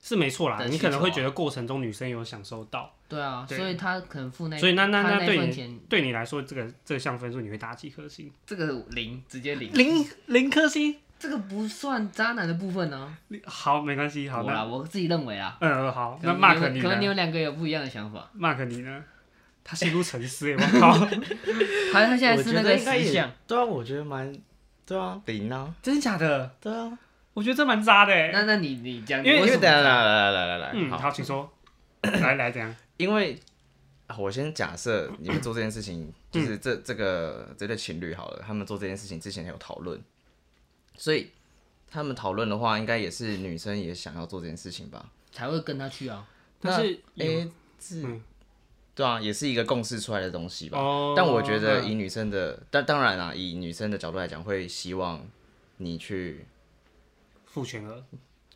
Speaker 1: 是没错啦。
Speaker 3: 的
Speaker 1: 你
Speaker 3: 需
Speaker 1: 可能
Speaker 3: 求
Speaker 1: 会
Speaker 3: 啊
Speaker 1: 觉得过程中女生有享受到，
Speaker 3: 对啊，
Speaker 1: 对
Speaker 3: 所以他可能付那，
Speaker 1: 所以那那
Speaker 3: 他
Speaker 1: 那
Speaker 3: 那
Speaker 1: 对
Speaker 3: 份
Speaker 1: 你
Speaker 3: 钱，
Speaker 1: 对你来说，这个这项分数你会打几颗星？
Speaker 3: 这个零直接零，
Speaker 1: 零零颗星。
Speaker 3: 这个不算渣男的部分呢、啊。
Speaker 1: 好，没关系，好，
Speaker 3: 我
Speaker 1: 那
Speaker 3: 啦，我自己认为啊。
Speaker 1: 嗯，好，
Speaker 3: 可
Speaker 1: 那
Speaker 3: 能你有
Speaker 1: Mark 你
Speaker 3: 可能你
Speaker 1: 呢
Speaker 3: 们两个有不一样的想法。
Speaker 1: ？Mark 你呢？他陷入沉思哎，我靠！
Speaker 3: 好像他现在
Speaker 2: 我
Speaker 3: 是
Speaker 2: 觉
Speaker 3: 那
Speaker 2: 得
Speaker 3: 个
Speaker 2: 应该
Speaker 3: 石
Speaker 2: 也
Speaker 3: 像，
Speaker 2: 对啊，我觉得蛮对啊，零啊，
Speaker 1: 真假的？
Speaker 2: 对啊，
Speaker 1: 我觉得这蛮渣的
Speaker 3: 那
Speaker 1: 哎。
Speaker 3: 那你你讲，
Speaker 2: 因为
Speaker 3: 你
Speaker 2: 因为
Speaker 3: 什
Speaker 2: 等下
Speaker 3: 么？
Speaker 2: 来来来来来
Speaker 1: 嗯，
Speaker 2: 来，好，
Speaker 1: 好，请说。 来来，怎样？
Speaker 2: 因为啊我先假设你们做这件事
Speaker 1: 嗯
Speaker 2: 情，就是这这个这对情侣好了，他们做这件事情之前有讨论，所以他们讨论的话，应该也是女生也想要做这件事情吧？
Speaker 3: 才会跟他去啊。
Speaker 1: 但是
Speaker 2: 那 A 字
Speaker 1: 嗯，
Speaker 2: 对啊，也是一个共识出来的东西吧？
Speaker 1: 哦
Speaker 2: 但我觉得以
Speaker 1: 嗯
Speaker 2: 女生的，但当然啦，以女生的角度来讲，会希望你去
Speaker 1: 付全额，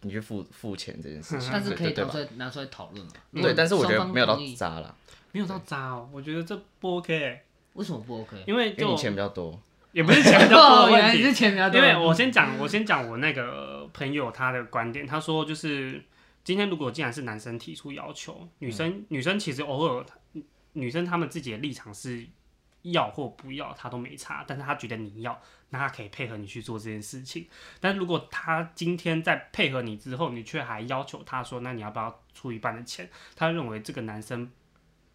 Speaker 2: 你去付付钱这件
Speaker 1: 嗯
Speaker 2: 事情，
Speaker 3: 但
Speaker 2: 嗯
Speaker 3: 是
Speaker 2: 对
Speaker 3: 可以
Speaker 2: 对
Speaker 3: 拿
Speaker 2: 吧嗯
Speaker 3: 出？来拿出来讨论嘛。如果
Speaker 2: 对，但是我觉得
Speaker 3: 双方
Speaker 2: 没有到
Speaker 3: 同意
Speaker 2: 渣啦，
Speaker 1: 没有到渣哦。我觉得这不 OK，欸
Speaker 3: 为什么不 OK？
Speaker 1: 因为
Speaker 2: 因为
Speaker 1: 就
Speaker 2: 哎你钱比较多，
Speaker 1: 也不是钱比较多
Speaker 3: 哦
Speaker 1: 的
Speaker 3: 原
Speaker 1: 问
Speaker 3: 来
Speaker 1: 题
Speaker 3: 是，钱比较多。
Speaker 1: 因为我先讲，我先讲我那个朋友他的观点，他说就是今天如果既然是男生提出要求，女生、女生其实偶尔女生她们自己的立场是要或不要，她都没差，但是她觉得你要，那她可以配合你去做这件事情。但如果她今天在配合你之后，你却还要求她说，那你要不要出一半的钱？他认为这个男生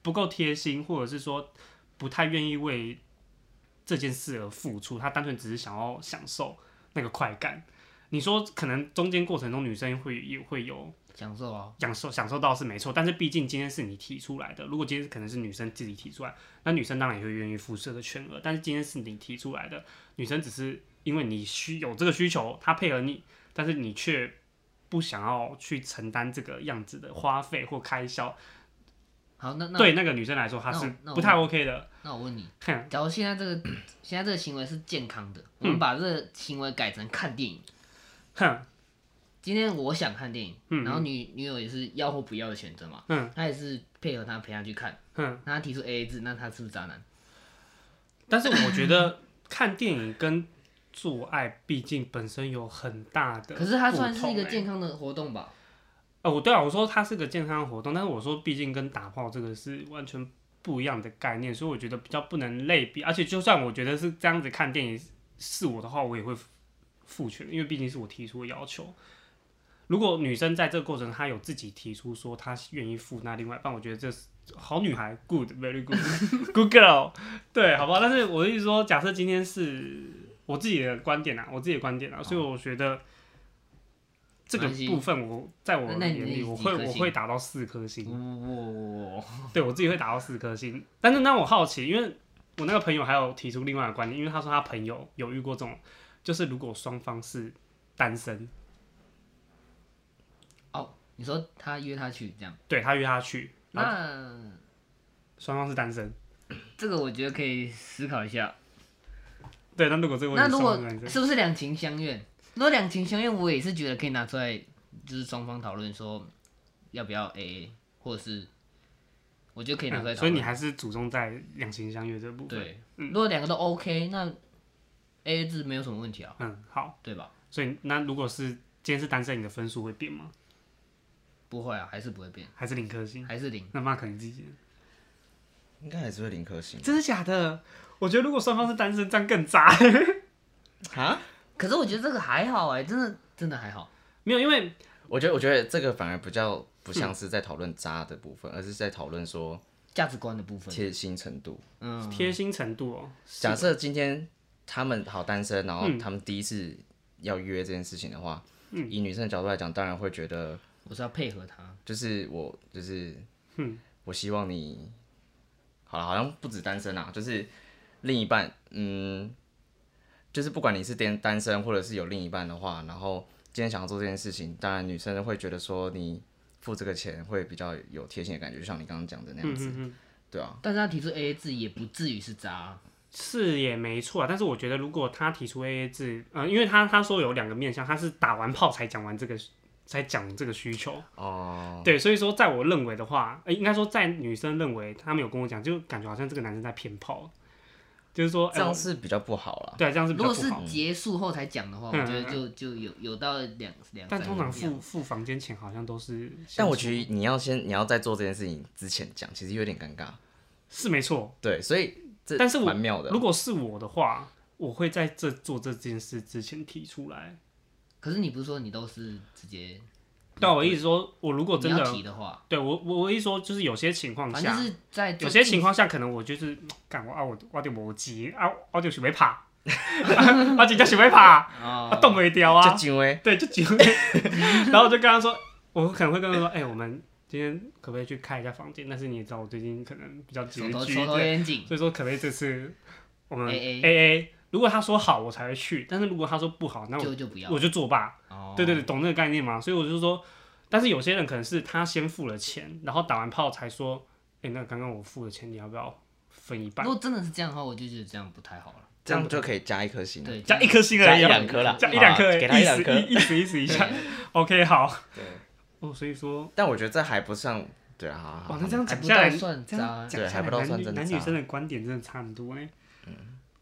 Speaker 1: 不够贴心，或者是说不太愿意为这件事而付出，他单纯只是想要享受那个快感。你说可能中间过程中女生会也会有
Speaker 3: 享受啊，
Speaker 1: 享受享受到是没错，但是毕竟今天是你提出来的，如果今天可能是女生自己提出来，那女生当然也会愿意付这个全额，但是今天是你提出来的，女生只是因为你需有这个需求，她配合你，但是你却不想要去承担这个样子的花费或开销，
Speaker 3: 好，那那
Speaker 1: 对那个女生来说，她
Speaker 3: 那我
Speaker 1: 是
Speaker 3: 那我
Speaker 1: 不太 OK 的。
Speaker 3: 那我问你，
Speaker 1: 哼，
Speaker 3: 假如现在这个现在这个行为是健康的，
Speaker 1: 嗯
Speaker 3: 我们把这个行为改成看电影。
Speaker 1: 哼，
Speaker 3: 今天我想看电影，
Speaker 1: 嗯
Speaker 3: 然后女女友也是要或不要的选择嘛，
Speaker 1: 嗯，
Speaker 3: 他也是配合他陪他去看，
Speaker 1: 哼。
Speaker 3: 那他提出 A A 制，那他是不是渣男？
Speaker 1: 但是我觉得 看电影跟做爱，毕竟本身有很大的、欸
Speaker 3: 可是他算是一个健。康的活动吧？
Speaker 1: 哦，我对啊，我说它是个健康活动，但是我说毕竟跟打炮这个是完全不一样的概念，所以我觉得比较不能类比。而且就算我觉得是这样子看电影是我的话，我也会付权，因为毕竟是我提出的要求。如果女生在这个过程她有自己提出说她愿意付那另外一半，我觉得这是好女孩，good very good good girl，对， 好不好？但是我的意思说，假设今天是我自己的观点啊，我自己的观点啊，所以我觉得。这个
Speaker 3: 没关系
Speaker 1: 部分我在我
Speaker 3: 那你
Speaker 1: 眼里，
Speaker 3: 你
Speaker 1: 我
Speaker 3: 几
Speaker 1: 会
Speaker 3: 颗
Speaker 1: 我
Speaker 3: 星哦
Speaker 1: 会打到四颗星。
Speaker 3: 哇，
Speaker 1: 对我自己会打到四颗星。但是那我好奇，因为我那个朋友还有提出另外的观点，因为他说他朋友有遇过这种，就是如果双方是单身，
Speaker 3: 哦，你说他约他去这样，
Speaker 1: 对他约他去，然后
Speaker 3: 那
Speaker 1: 双方是单身，
Speaker 3: 这个我觉得可以思考一下。
Speaker 1: 对，那如果这个问
Speaker 3: 那
Speaker 1: 题
Speaker 3: 如
Speaker 1: 双
Speaker 3: 果
Speaker 1: 方是单身，
Speaker 3: 是不是两情相愿？如果两情相愿，我也是觉得可以拿出来，就是双方讨论说要不要 A A，或者是我觉得可以拿出来
Speaker 1: 嗯
Speaker 3: 讨
Speaker 1: 所以
Speaker 3: 论。
Speaker 1: 你还是嗯注重在两情相悦这部分。，
Speaker 3: 对，如果两个都 OK，那 A A 制没有什么问题啊，
Speaker 1: 嗯，好。
Speaker 3: 对吧？
Speaker 1: 所以那如果是今天是单身，你的分数会变吗？
Speaker 3: 不会啊，还是不会变，
Speaker 1: 还是零颗星？
Speaker 3: 还是零。
Speaker 1: 那妈可能自己，
Speaker 2: 应该还是会零颗星
Speaker 1: 真的假的？我觉得如果双方是单身，这样更渣。
Speaker 2: 啊。
Speaker 3: 可是我觉得这个还好哎、真的真的还好。
Speaker 1: 没有，因为
Speaker 2: 我觉得，我觉得这个反而比较不像是在讨论渣的部分，而是在讨论说
Speaker 3: 价值观的部分，
Speaker 2: 贴心程度。
Speaker 3: 嗯，
Speaker 1: 贴心程度哦、是
Speaker 2: 假设今天他们好单身，然后他们第一次要约这件事情的话，以女生的角度来讲，当然会觉得
Speaker 3: 我是要配合他，
Speaker 2: 就是我就是，我希望你好了，好像不止单身啊，就是另一半，嗯，就是不管你是单单身或者是有另一半的话，然后今天想要做这件事情，当然女生会觉得说你付这个钱会比较有贴心的感觉，就像你刚刚讲的那
Speaker 1: 嗯
Speaker 2: 样子，对啊，
Speaker 3: 但是他提出 A A 制也不至于是渣啊、
Speaker 1: 是也没错啊，但是我觉得如果他提出 AA 制，嗯、因为他他说有两个面向，他是打完炮才讲完这个，才讲这个需求，
Speaker 2: 哦、
Speaker 1: 对，所以说在我认为的话，呃、应该说在女生认为，他们有跟我讲，就感觉好像这个男生在骗炮，就是说，哎
Speaker 2: 这样
Speaker 1: 我
Speaker 2: 是比较不好啦。
Speaker 1: 对啊，这样是比
Speaker 3: 如
Speaker 1: 较
Speaker 3: 果
Speaker 1: 不
Speaker 3: 是
Speaker 1: 好。
Speaker 3: 结束后才讲的话，我觉
Speaker 1: 嗯嗯嗯
Speaker 3: 得就就有有到两两
Speaker 1: 但
Speaker 3: 三
Speaker 1: 通常
Speaker 3: 年这样
Speaker 1: 付付房间钱好像都是，
Speaker 2: 但我觉得你要先你要在做这件事情之前讲，其实有点尴尬，
Speaker 1: 是没错。
Speaker 2: 对，所以这
Speaker 1: 但是我
Speaker 2: 蛮妙的
Speaker 1: 如。果是我的话，我会在这做这件事之前提出
Speaker 2: 嗯
Speaker 1: 来。
Speaker 3: 可是你不是说你都是直接
Speaker 1: 对啊，我意思说，我如果
Speaker 3: 你
Speaker 1: 真
Speaker 3: 要
Speaker 1: 的啊
Speaker 3: 提，的话，
Speaker 1: 对我我我意思说，就是有些情况
Speaker 3: 反
Speaker 1: 下
Speaker 3: 正，就是在
Speaker 1: 有些情况下，可能我就是干我啊，我我就无钱啊，我就想要拍，啊我真正想要拍，啊
Speaker 3: 啊，
Speaker 1: 动袂掉啊
Speaker 2: 就，因为
Speaker 1: 对，就几乎。 然后我就跟他说，我可能会跟他说，哎、我们今天可不可以去开一下房间？但是你也知道，我最近可能比较拮
Speaker 3: 手头
Speaker 1: 据，
Speaker 3: 手头有
Speaker 1: 对
Speaker 3: 点紧，
Speaker 1: 所以说可不可以这次我们
Speaker 3: AA
Speaker 1: A A？如果他说好，我才会去；但是如果他说不好，那我
Speaker 3: 就就不要
Speaker 1: 我。就作罢。
Speaker 3: 哦
Speaker 1: 对对对，，懂这个概念吗？所以我就说，但是有些人可能是他先付了钱，然后打完炮才说，哎、那刚刚我付的钱你要不要分一半
Speaker 3: 如？果真的是这样的话，我就觉得这样不太好了。
Speaker 2: 这样就可以加一颗星。啊
Speaker 3: 对，
Speaker 1: 嗯加一颗星而已
Speaker 2: 加一
Speaker 1: 啊，
Speaker 2: 两颗啦
Speaker 1: 加一两颗而
Speaker 2: 啊
Speaker 1: 已，
Speaker 2: 给他一两颗
Speaker 1: 意思意思意思一
Speaker 3: 对
Speaker 1: 下。OK，好。
Speaker 2: 对，
Speaker 1: 哦，所以说，
Speaker 2: 但我觉得这还不算，对啊，好好
Speaker 1: 哇，
Speaker 2: 好
Speaker 1: 那这样
Speaker 3: 还
Speaker 1: 讲
Speaker 3: 不
Speaker 1: 下来，
Speaker 3: 到算
Speaker 1: 这样
Speaker 3: 渣，
Speaker 1: 讲
Speaker 2: 对
Speaker 1: 下
Speaker 2: 还
Speaker 1: 来，
Speaker 2: 不到
Speaker 1: 男
Speaker 2: 算
Speaker 1: 女
Speaker 2: 真的
Speaker 1: 男女
Speaker 2: 渣嗯
Speaker 1: 生的观点真的差很多哎。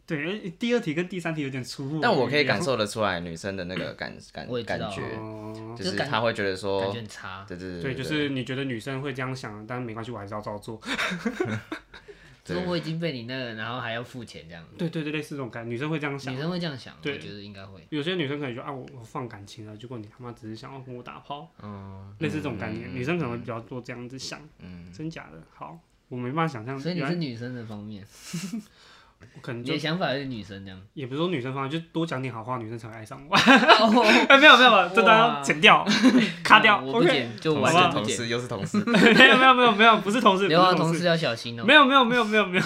Speaker 1: 对，而且第二题跟第三题有点出入。
Speaker 2: 但我可以感。受得出来女生的那个感感
Speaker 3: 我也知道
Speaker 2: 感觉，
Speaker 1: 哦，
Speaker 2: 就是
Speaker 3: 就感
Speaker 2: 她会觉得
Speaker 3: 感
Speaker 2: 说
Speaker 3: 觉，很差。
Speaker 2: 对对
Speaker 1: 对，
Speaker 2: 对，
Speaker 1: 就是你觉得女生会这样想，但没关系，我还是要照做。
Speaker 2: 对
Speaker 3: 如果我已经被你那个，然后还要付钱这样，
Speaker 1: 对对对，类似这种感觉，女生会这样想
Speaker 3: 女。生会这样想，我
Speaker 1: 对
Speaker 3: 觉得应该会。
Speaker 1: 有些女生可能就啊，我我放感情了，结果你他妈只是想要跟我打炮，
Speaker 3: 嗯，
Speaker 1: 类似这种概念，
Speaker 2: 嗯
Speaker 1: 女生可能会比较多这样子想，
Speaker 2: 嗯，
Speaker 1: 真假的，好，我没办法想象，
Speaker 3: 所以
Speaker 1: 嗯
Speaker 3: 你
Speaker 1: 原
Speaker 3: 是
Speaker 1: 来
Speaker 3: 女生的方面，
Speaker 1: 我可能
Speaker 3: 你
Speaker 1: 就
Speaker 3: 的想法是女生这样。
Speaker 1: 也不是说女生方面，就多讲点好话，女生才会爱上我。
Speaker 3: 哦
Speaker 1: 哎，没有没有，这段要
Speaker 3: 哇
Speaker 1: 剪 掉，卡掉
Speaker 3: 哦我不
Speaker 1: ，OK，
Speaker 3: 剪就
Speaker 2: 同
Speaker 3: 完
Speaker 2: 事
Speaker 1: 好
Speaker 3: 全
Speaker 1: 吧
Speaker 3: 不
Speaker 2: 同
Speaker 3: 剪。
Speaker 2: 事又是同事，
Speaker 1: 没有没有没有没有，不是 同事，不
Speaker 3: 刘
Speaker 1: 是
Speaker 3: 浩同
Speaker 1: 事
Speaker 3: 事，要小心哦。
Speaker 1: 没有没有没有没有 没有，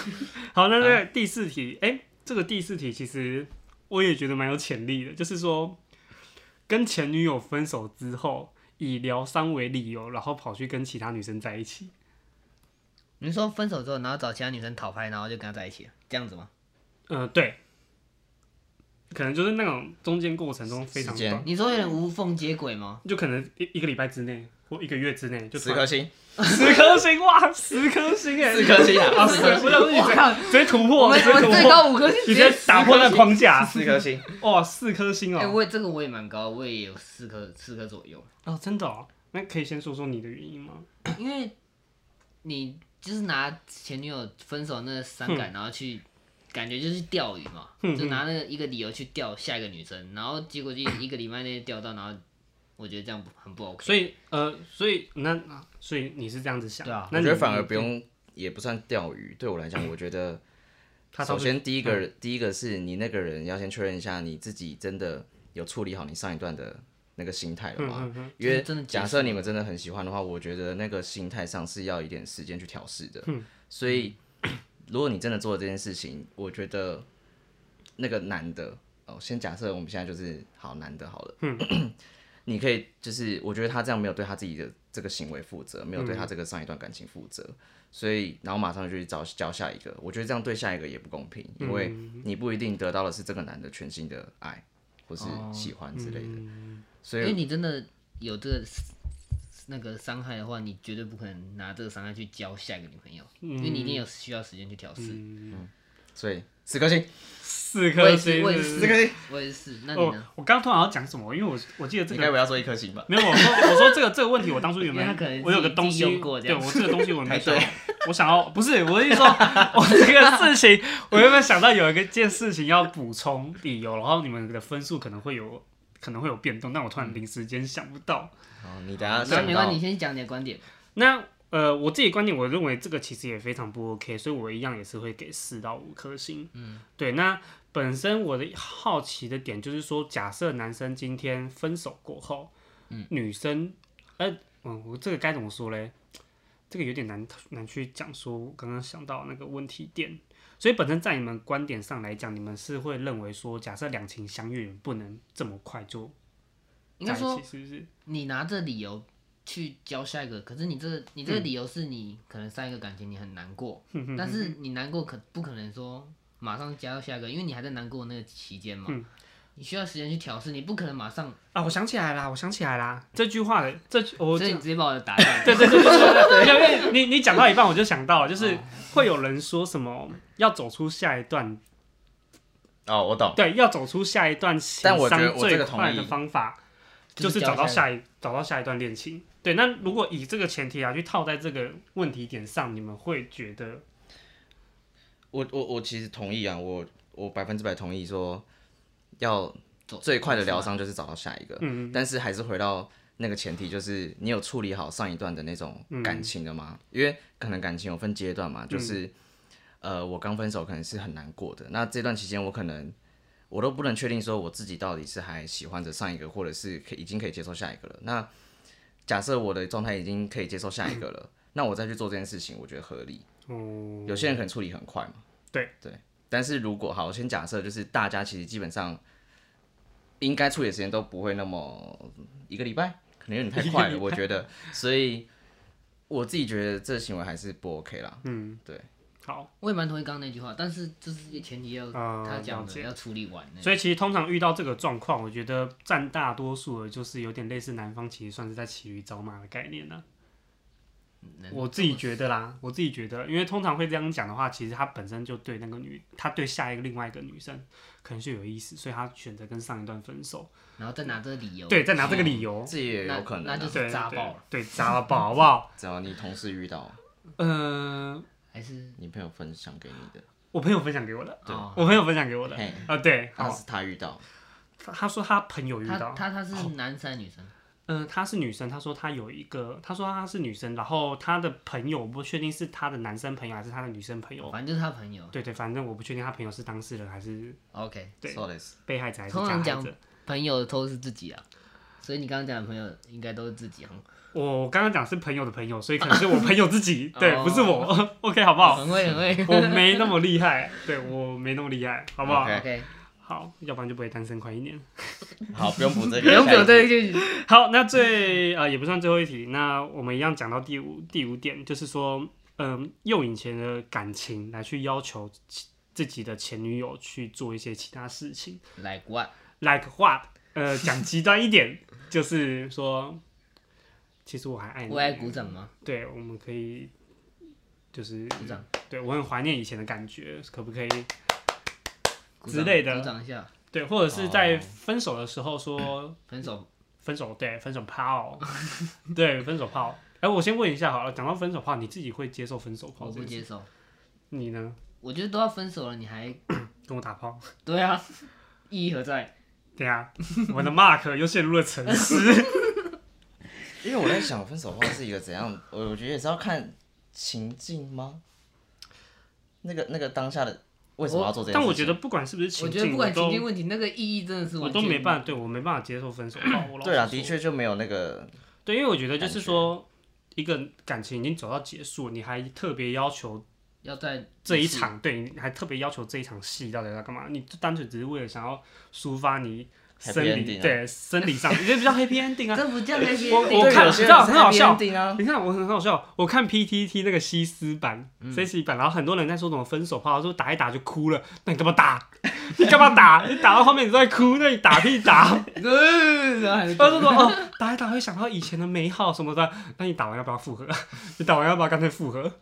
Speaker 1: 好，那这个第四题，哎，这个第四题其实我也觉得蛮有潜力的，就是说跟前女友分手之后，以疗伤为理由，然后跑去跟其他女生在一起。
Speaker 3: 你说分手之后，然后找其他女生讨拍，然后就跟他在一起了，这样子吗？
Speaker 1: 呃，对，可能就是那种中间过程中非常
Speaker 2: 时间
Speaker 1: 短，
Speaker 3: 你说有点无缝接轨吗？
Speaker 1: 就可能一一个礼拜之内或一个月之内就
Speaker 2: 十
Speaker 1: 突
Speaker 2: 颗
Speaker 1: 然
Speaker 2: 星，
Speaker 1: 十颗星哇，十颗星哎，
Speaker 2: 四颗星
Speaker 1: 啊，
Speaker 2: 啊，
Speaker 1: 四颗星，不是你直接直接突
Speaker 4: 我
Speaker 1: 破，
Speaker 4: 们
Speaker 1: 直接
Speaker 4: 我
Speaker 1: 突
Speaker 4: 们最
Speaker 1: 破，
Speaker 4: 高五颗星，
Speaker 1: 你直接打破那个框架，
Speaker 2: 四颗星，
Speaker 1: 哇，四颗星
Speaker 3: 哎、
Speaker 1: 哦，
Speaker 3: 我也这个我也蛮高，我也有四颗四颗左右。
Speaker 1: 哦，真的哦，那可以先说说你的原因吗？
Speaker 3: 因为你就是拿前女友分手那三感，然后去感觉就是钓鱼嘛，
Speaker 1: 嗯
Speaker 3: 就拿那个一个理由去钓下一个女生，然后结果就一个礼拜内钓到，然后我觉得这样不很不 OK。
Speaker 1: 所以呃，所以那啊所以你是这样子想，
Speaker 3: 对啊
Speaker 1: 那
Speaker 2: 我
Speaker 1: 你
Speaker 2: 觉得反而不用，也不算钓鱼。对我来讲，我觉得
Speaker 1: 他
Speaker 2: 首
Speaker 1: 倒是
Speaker 2: 先第一个第一个是你那个人要先确认一下你自己真的有处理好你上一段的那个心态了
Speaker 1: 嗯
Speaker 2: 吗？
Speaker 1: 嗯嗯
Speaker 2: 因为
Speaker 3: 真的结束
Speaker 2: 假设你们真的很喜欢的话，我觉得那个心态上是要一点时间去调试的。
Speaker 1: 嗯
Speaker 2: 所以 如果你真的做了这件事情，我觉得那个男的哦，先假设我们现在就是好男的好了，
Speaker 3: 嗯
Speaker 2: 你可以就是我觉得他这样没有对他自己的这个行为负责，没有对他这个上一段感情负责，所以然后马上就去找交下一个，我觉得这样对下一个也不公平，因为
Speaker 3: 嗯
Speaker 2: 你不一定得到的是这个男的全新的爱或是喜
Speaker 1: 嗯
Speaker 2: 欢之类
Speaker 3: 哦
Speaker 2: 的，所以
Speaker 3: 因为你真的有这个那个伤害的话，你绝对不可能拿这个伤害去交下一个女朋友，
Speaker 1: 嗯
Speaker 3: 因为你一定有需要时间去调试。
Speaker 2: 所以四颗星，
Speaker 1: 四
Speaker 3: 我
Speaker 1: 颗
Speaker 3: 也是，
Speaker 1: 星
Speaker 3: 我也
Speaker 1: 是
Speaker 3: 是，
Speaker 1: 不
Speaker 2: 这
Speaker 1: 是
Speaker 2: 个
Speaker 3: 我也是。那你
Speaker 1: 哦
Speaker 3: 呢？，
Speaker 1: 我刚刚突然要讲什么？因为我我记得这
Speaker 2: 你
Speaker 1: 个
Speaker 2: 该不要说一颗星吧？
Speaker 1: 没有，我说我说这个这个问题，我当初原
Speaker 3: 因为他可
Speaker 1: 本
Speaker 3: 能自
Speaker 1: 我有个东
Speaker 3: 自
Speaker 1: 西
Speaker 3: 己用过，这
Speaker 1: 对
Speaker 3: 样
Speaker 1: 我这个东西我没想
Speaker 2: 排，
Speaker 1: 我想要不是我是说，我这个事情我原本想到有一个件事情要补充理由，然后你们的分数可能会有可能会有变动，但我突然
Speaker 3: 嗯
Speaker 1: 临时间想不到。
Speaker 2: 哦，你等
Speaker 1: 啊
Speaker 2: 下
Speaker 3: 那
Speaker 2: 想
Speaker 3: 没关系，
Speaker 2: 到
Speaker 3: 你先讲你的观点。
Speaker 1: 那呃，我自己观点，我认为这个其实也非常不 OK，所以我一样也是会给四到五颗星。嗯，对。那本身我的好奇的点就是说，假设男生今天分手过后，嗯，女生，呃，嗯，我这个该怎么说嘞？这个有点难难去讲，说我刚刚想到那个问题点。所以本身在你们观点上来讲，你们是会认为说，假设两情相悦不能这么快就
Speaker 3: 应
Speaker 1: 在
Speaker 3: 该
Speaker 1: 一
Speaker 3: 说
Speaker 1: 起，是不是？
Speaker 3: 你拿这理由去教下一个，可是你这个你
Speaker 1: 嗯
Speaker 3: 这个理由是你可能上一个感情你很难过，但是你难过可不可能说马上加到下一个，因为你还在难过那个期间嘛，
Speaker 1: 嗯
Speaker 3: 你需要时间去调试，你不可能马上，
Speaker 1: 啊，我想起来啦，我想起来啦，这句话的这句我
Speaker 3: 所
Speaker 1: 这
Speaker 3: 以你直接把我的打断。
Speaker 1: 对对对对 对，因为你你讲到一半我就想到了，
Speaker 2: 哦
Speaker 1: 就是会有人说什么要走出下一段，
Speaker 2: 哦，我懂，
Speaker 1: 对，要走出下一段情
Speaker 2: 但我觉得
Speaker 1: 伤
Speaker 2: 我这
Speaker 1: 最
Speaker 2: 个
Speaker 1: 快
Speaker 2: 同
Speaker 1: 的
Speaker 2: 意
Speaker 1: 方法就
Speaker 3: 就是是
Speaker 1: 找
Speaker 3: 交
Speaker 1: 到
Speaker 3: 下
Speaker 1: 下一找到下一段恋情。对，那如果以这个前提啊去套在这个问题点上，你们会觉得
Speaker 2: 我我我其实同意啊，我我百分之百同意说要
Speaker 3: 走
Speaker 2: 最快的疗伤就是找到下一个，
Speaker 1: 嗯
Speaker 2: 但是还是回到那个前提，就是你有处理好上一段的那种
Speaker 1: 嗯
Speaker 2: 感情的吗？因为可能感情有分阶段嘛，就是、呃，我刚分手可能是很难过的，那这段期间我可能我都不能确定说我自己到底是还喜欢着上一个，或者是可以已经可以接受下一个了。那假设我的状态已经可以接受下一 个了，那我再去做这件事情，我觉得合理。
Speaker 1: 哦，
Speaker 2: 有些人可能处理很快嘛。
Speaker 1: 对
Speaker 2: 对，但是如果好，我先假设就是大家其实基本上应该处理的时间都不会那么一个礼拜，可能有点太快了，我觉得。所以我自己觉得这行为还是不 OK 啦。
Speaker 1: 嗯
Speaker 2: 对，
Speaker 1: 好，
Speaker 3: 我也蛮同意刚刚那句话，但是就是前提要、
Speaker 1: 啊
Speaker 3: 他讲
Speaker 1: 了
Speaker 3: 的
Speaker 1: 解
Speaker 3: 要处理完呢。
Speaker 1: 所以其实通常遇到这个状况，我觉得占大多数的就是有点类似南方其实算是在骑驴找马的概念呢、啊
Speaker 3: 能
Speaker 1: 我自己觉得啦，我自己觉得，因为通常会这样讲的话，其实他本身就对那个女，他对下一个另外一个女生可能是有意思，所以他选择跟上一段分手，
Speaker 3: 然后再拿这个理由，
Speaker 1: 对，再拿这个理由，
Speaker 2: 这也有可能、
Speaker 3: 那
Speaker 2: 啊，
Speaker 3: 那哦就是
Speaker 1: 对
Speaker 3: 渣
Speaker 1: 对
Speaker 3: 爆了
Speaker 1: 对，砸了爆，好不好？
Speaker 2: 只要你同事遇到，
Speaker 1: 嗯、
Speaker 3: 还是
Speaker 2: 你朋友分享给你的，
Speaker 1: 我朋友分享给我的，
Speaker 2: 对
Speaker 3: 哦，
Speaker 1: 我朋友分享给我的，啊
Speaker 2: 嘿、
Speaker 1: 对，
Speaker 2: 那
Speaker 1: 好，
Speaker 2: 是他遇到，
Speaker 1: 他他说他朋友遇
Speaker 3: 他
Speaker 1: 到，
Speaker 3: 他他是男生还是女生？
Speaker 1: 嗯，她是女生，她说她有一个，她说她是女生，然后她的朋友我不确定是她的男生朋友还是她的女生朋友，
Speaker 3: 反正就是他朋友。
Speaker 1: 对对，反正我不确定她朋友是当事人还是
Speaker 3: OK，
Speaker 1: 对
Speaker 2: そうです
Speaker 1: 被害者还是
Speaker 3: 通
Speaker 1: 加害
Speaker 3: 常
Speaker 1: 者
Speaker 3: 讲。朋友都是自己啊，所以你刚刚讲的朋友应该都是自己，很哦
Speaker 1: 我我刚刚讲是朋友的朋友，所以可能是我朋友自 己，对，
Speaker 3: 哦
Speaker 1: 不是我。OK，好不好？
Speaker 3: 很会很会。
Speaker 1: 我没那么厉害，对我没那么厉害，好不好
Speaker 2: OK
Speaker 3: OK，
Speaker 1: 好，要不然就不会单身快一年。
Speaker 2: 好，不用补这个，
Speaker 4: 不用表这一句，
Speaker 1: 好，那最呃也不算最后一题，那我们一样讲到第五第五点，就是说，嗯，用以前的感情来去要求其自己的前女友去做一些其他事情
Speaker 3: 来惯，
Speaker 1: ，like what？呃，讲极端一点，就是说，其实我还爱你，
Speaker 3: 为爱鼓掌吗？
Speaker 1: 对，我们可以就是
Speaker 3: 鼓掌，
Speaker 1: 对我很怀念以前的感觉，可不可以？
Speaker 3: 鼓
Speaker 1: 之
Speaker 3: 掌
Speaker 1: 类的
Speaker 3: 鼓掌一下，
Speaker 1: 对，或者是在
Speaker 2: 哦
Speaker 1: 分手的时候说。
Speaker 3: 分手
Speaker 1: 分手对，分手炮， 对，分手炮。哎、我先问一下好了，讲到分手炮，你自己会接受分手炮
Speaker 3: 我
Speaker 1: 这
Speaker 3: 不
Speaker 1: 个事？
Speaker 3: 接受，
Speaker 1: 你呢？
Speaker 3: 我觉得都要分手了，你还
Speaker 1: 跟我打炮？
Speaker 3: 对啊，意义何在？
Speaker 1: 对啊，我们的 Mark 又陷入了沉思。
Speaker 2: 因为我在想，分手炮是一个怎样？我我觉得也是要看情境吗？那个那个当下的为什么要做这件事
Speaker 1: 哦
Speaker 2: 情？
Speaker 1: 但我觉得不管是不是
Speaker 3: 我
Speaker 1: 情
Speaker 3: 觉得
Speaker 1: 境，
Speaker 3: 不
Speaker 1: 我
Speaker 3: 管情境
Speaker 1: 都
Speaker 3: 问题，那个意义真的是
Speaker 1: 我都没
Speaker 3: 办
Speaker 1: 办法，对我没办法接受分手炮。 我老
Speaker 2: 对啊，
Speaker 1: 实说
Speaker 2: 的，确就没有那个
Speaker 1: 对，因为我觉得就是
Speaker 2: 感觉
Speaker 1: 说，一个感情已经走到结束，你还特别要求
Speaker 3: 要在
Speaker 1: 这一场，对，你还特别要求这一场戏到底要干嘛？你就单纯只是为了想要抒发你生
Speaker 2: Happy
Speaker 1: 理
Speaker 2: ending 啊
Speaker 1: 对生理上， 这比较 happy ending 啊。
Speaker 3: 这不叫 happy
Speaker 1: 我
Speaker 3: ending
Speaker 1: 我看
Speaker 2: 对有
Speaker 1: 你
Speaker 2: 些
Speaker 1: 知道
Speaker 2: 人是
Speaker 1: 很好笑
Speaker 2: happy ending 啊。
Speaker 1: 你看我很好笑，我看 PTT 那个西斯版、C
Speaker 3: 嗯
Speaker 1: 西版，然后很多人在说什么分手炮，说打一打就哭了，那你干嘛打？你干嘛打？你打到后面你都在哭，那你打屁打？
Speaker 3: 呃然后还是
Speaker 1: 他说什么哦，打一打会想到以前的美好什么的，那你打完要不要复合？ 你打完要不要干脆复合？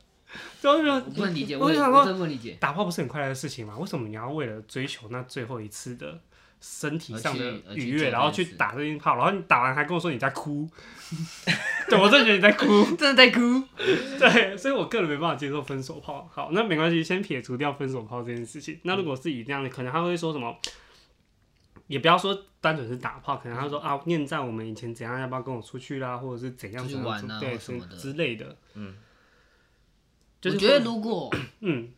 Speaker 1: 然后就
Speaker 3: 我不能理解，
Speaker 1: 我
Speaker 3: 我
Speaker 1: 就
Speaker 3: 也
Speaker 1: 想
Speaker 3: 我
Speaker 1: 说，
Speaker 3: 真不理解。
Speaker 1: 打炮不是很快乐的事情吗？为什么你要为了追求那最后一次的身体上的
Speaker 3: 而去而去
Speaker 1: 愉
Speaker 3: 做
Speaker 1: 悦，
Speaker 3: 这
Speaker 1: 然后
Speaker 3: 件
Speaker 1: 去
Speaker 3: 事
Speaker 1: 打这件炮，然后你打完还跟我说你在哭？ 对，我真的觉得你在哭。
Speaker 4: 真的在哭。
Speaker 1: 对，所以我个人没办法接受分手炮。好，那没关系，先撇除掉分手炮这件事情。那如果是以这样的，可能他会说什么？也不要说单纯是打炮，可能他说啊，念在我们以前怎样，要不要跟我出去啦，或者是怎样
Speaker 3: 出去
Speaker 1: 怎样
Speaker 3: 玩
Speaker 1: 之，
Speaker 3: 啊
Speaker 1: 对
Speaker 3: 或什么的
Speaker 1: 之类的。嗯，就是
Speaker 3: 我觉得
Speaker 1: 会
Speaker 3: 如果
Speaker 1: 嗯，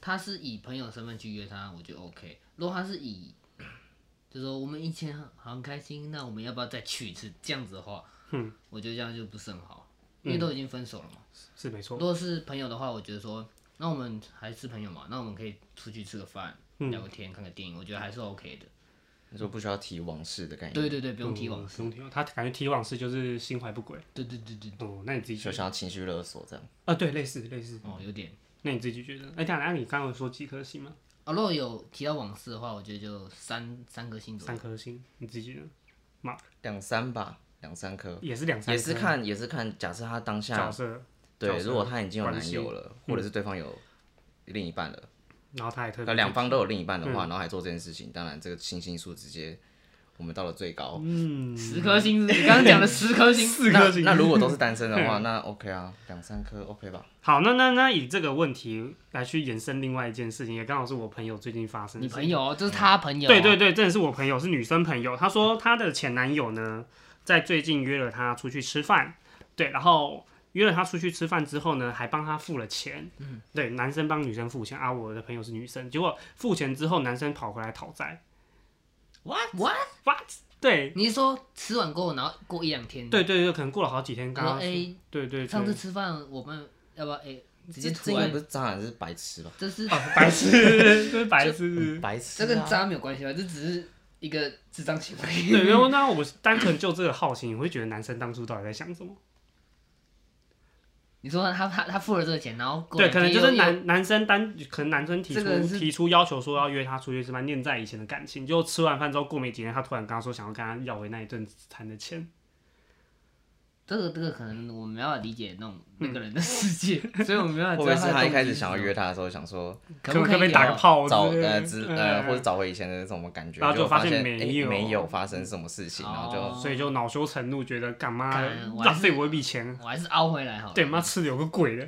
Speaker 3: 他是以朋友身份去约他，我觉得 OK。如果他是以，就说我们以前很很开心，那我们要不要再去一次？这样子的话，
Speaker 1: 嗯，
Speaker 3: 我觉得这样就不是很好，因为都已经分手了嘛。
Speaker 1: 是没错
Speaker 3: 如。果是朋友的话，我觉得说，那我们还是朋友嘛，那我们可以出去吃个饭，
Speaker 1: 嗯
Speaker 3: 聊个天，看个电影，我觉得还是 OK 的。
Speaker 2: 你说不需要提往事的概念，
Speaker 3: 对对对，不用
Speaker 1: 嗯
Speaker 3: 提往事。
Speaker 1: 不用提往，他感觉提往事就是心怀不轨。
Speaker 3: 对对对对，
Speaker 1: 哦，那你自己觉
Speaker 2: 就
Speaker 1: 得？
Speaker 2: 想要情绪勒索这样。
Speaker 1: 啊，对，类似类似。
Speaker 3: 哦，有点。
Speaker 1: 那你自己觉得？哎，当然，那你刚刚有说几颗星吗？
Speaker 3: 啊，如果有提到往事的话，我觉得就三三颗星左
Speaker 1: 三
Speaker 3: 右。
Speaker 1: 颗星，你自己觉得？
Speaker 2: 两三吧，两三颗，
Speaker 1: 也是两三颗。
Speaker 2: 也是看也是看，假设他当
Speaker 1: 角
Speaker 2: 下
Speaker 1: 色，角
Speaker 2: 对，
Speaker 1: 色
Speaker 2: 如果他已经有
Speaker 1: 关
Speaker 2: 男
Speaker 1: 系
Speaker 2: 友了，或者是对方有另一半了，
Speaker 1: 然后他也特别
Speaker 2: 那呃两方都有另一半的话，然后还做这件事情，当然这个星星数直接我们到了最高。
Speaker 3: 十颗星是不是你刚刚讲的十颗星，
Speaker 1: 嗯 四
Speaker 2: 那
Speaker 1: 颗星。嗯
Speaker 2: 那如果都是单身的话，那 OK 啊，两三颗 OK 吧？
Speaker 1: 好，那那那以这个问题来去延伸另外一件事情，也刚好是我朋友最近发生的
Speaker 3: 你
Speaker 1: 事
Speaker 3: 朋友哦，这是他朋友哦，
Speaker 1: 对对对，真的是我朋友，是女生朋友。她说她的前男友呢，在最近约了她出去吃饭，对，然后约了她出去吃饭之后呢，还帮她付了钱，嗯，对，男生帮女生付钱啊，我的朋友是女生，结果付钱之后，男生跑回来讨债
Speaker 3: What What？
Speaker 1: ，what？对
Speaker 3: 你是说吃完过后，然后过一两天，
Speaker 1: 对对对，可能过了好几天，刚
Speaker 3: 说
Speaker 1: 刚
Speaker 3: 哎，
Speaker 1: 对对
Speaker 3: 上次
Speaker 1: 对，
Speaker 3: 吃饭我们要不要哎直接
Speaker 2: 这这
Speaker 3: 突
Speaker 2: 应该
Speaker 3: 然
Speaker 2: 不，是渣男，这是白痴吧？
Speaker 3: 这是
Speaker 1: 白痴， 这是白 痴。
Speaker 2: 白痴啊，
Speaker 3: 这跟渣没有关系吧？这只是一个智障行为。
Speaker 1: 对，然后那我单纯就这个好奇，你会觉得男生当初到底在想什么？
Speaker 3: 你说他他他付了这个钱，然后过
Speaker 1: 对，
Speaker 3: 两
Speaker 1: 可能
Speaker 3: 天
Speaker 1: 就是
Speaker 3: 又又
Speaker 1: 男男生单，可能男生提
Speaker 3: 这个人
Speaker 1: 出
Speaker 3: 是
Speaker 1: 提出要求说要约她出去吃饭，念在以前的感情，就吃完饭之后过没几天，他突然跟他说想要跟他要回那一顿餐的钱。
Speaker 3: 这个这个可能我没办法理解那种
Speaker 1: 嗯
Speaker 3: 那个人的世界， 所以我没
Speaker 2: 会
Speaker 3: 办法
Speaker 2: 不会是
Speaker 3: 知道的动机是什么。
Speaker 2: 他一开始想要约他的时候，想说
Speaker 3: 可
Speaker 1: 不
Speaker 3: 不
Speaker 1: 可以
Speaker 3: 以啊
Speaker 1: 打个
Speaker 3: 有
Speaker 1: 炮
Speaker 2: 找
Speaker 1: 之类
Speaker 2: 呃
Speaker 1: 的
Speaker 2: 之
Speaker 1: 呃
Speaker 2: 呃或者找回以前的那种感觉，
Speaker 1: 然后就
Speaker 2: 就发
Speaker 1: 发现
Speaker 2: 现
Speaker 1: 没有
Speaker 2: 哎没有发生什么事情，然后就
Speaker 3: 哦
Speaker 1: 嗯所以就恼羞成怒，觉得干嘛
Speaker 3: 干我还
Speaker 1: 浪
Speaker 3: 是
Speaker 1: 费我一笔钱？
Speaker 3: 我还是凹回来好了。
Speaker 1: 对，妈吃的有个鬼的。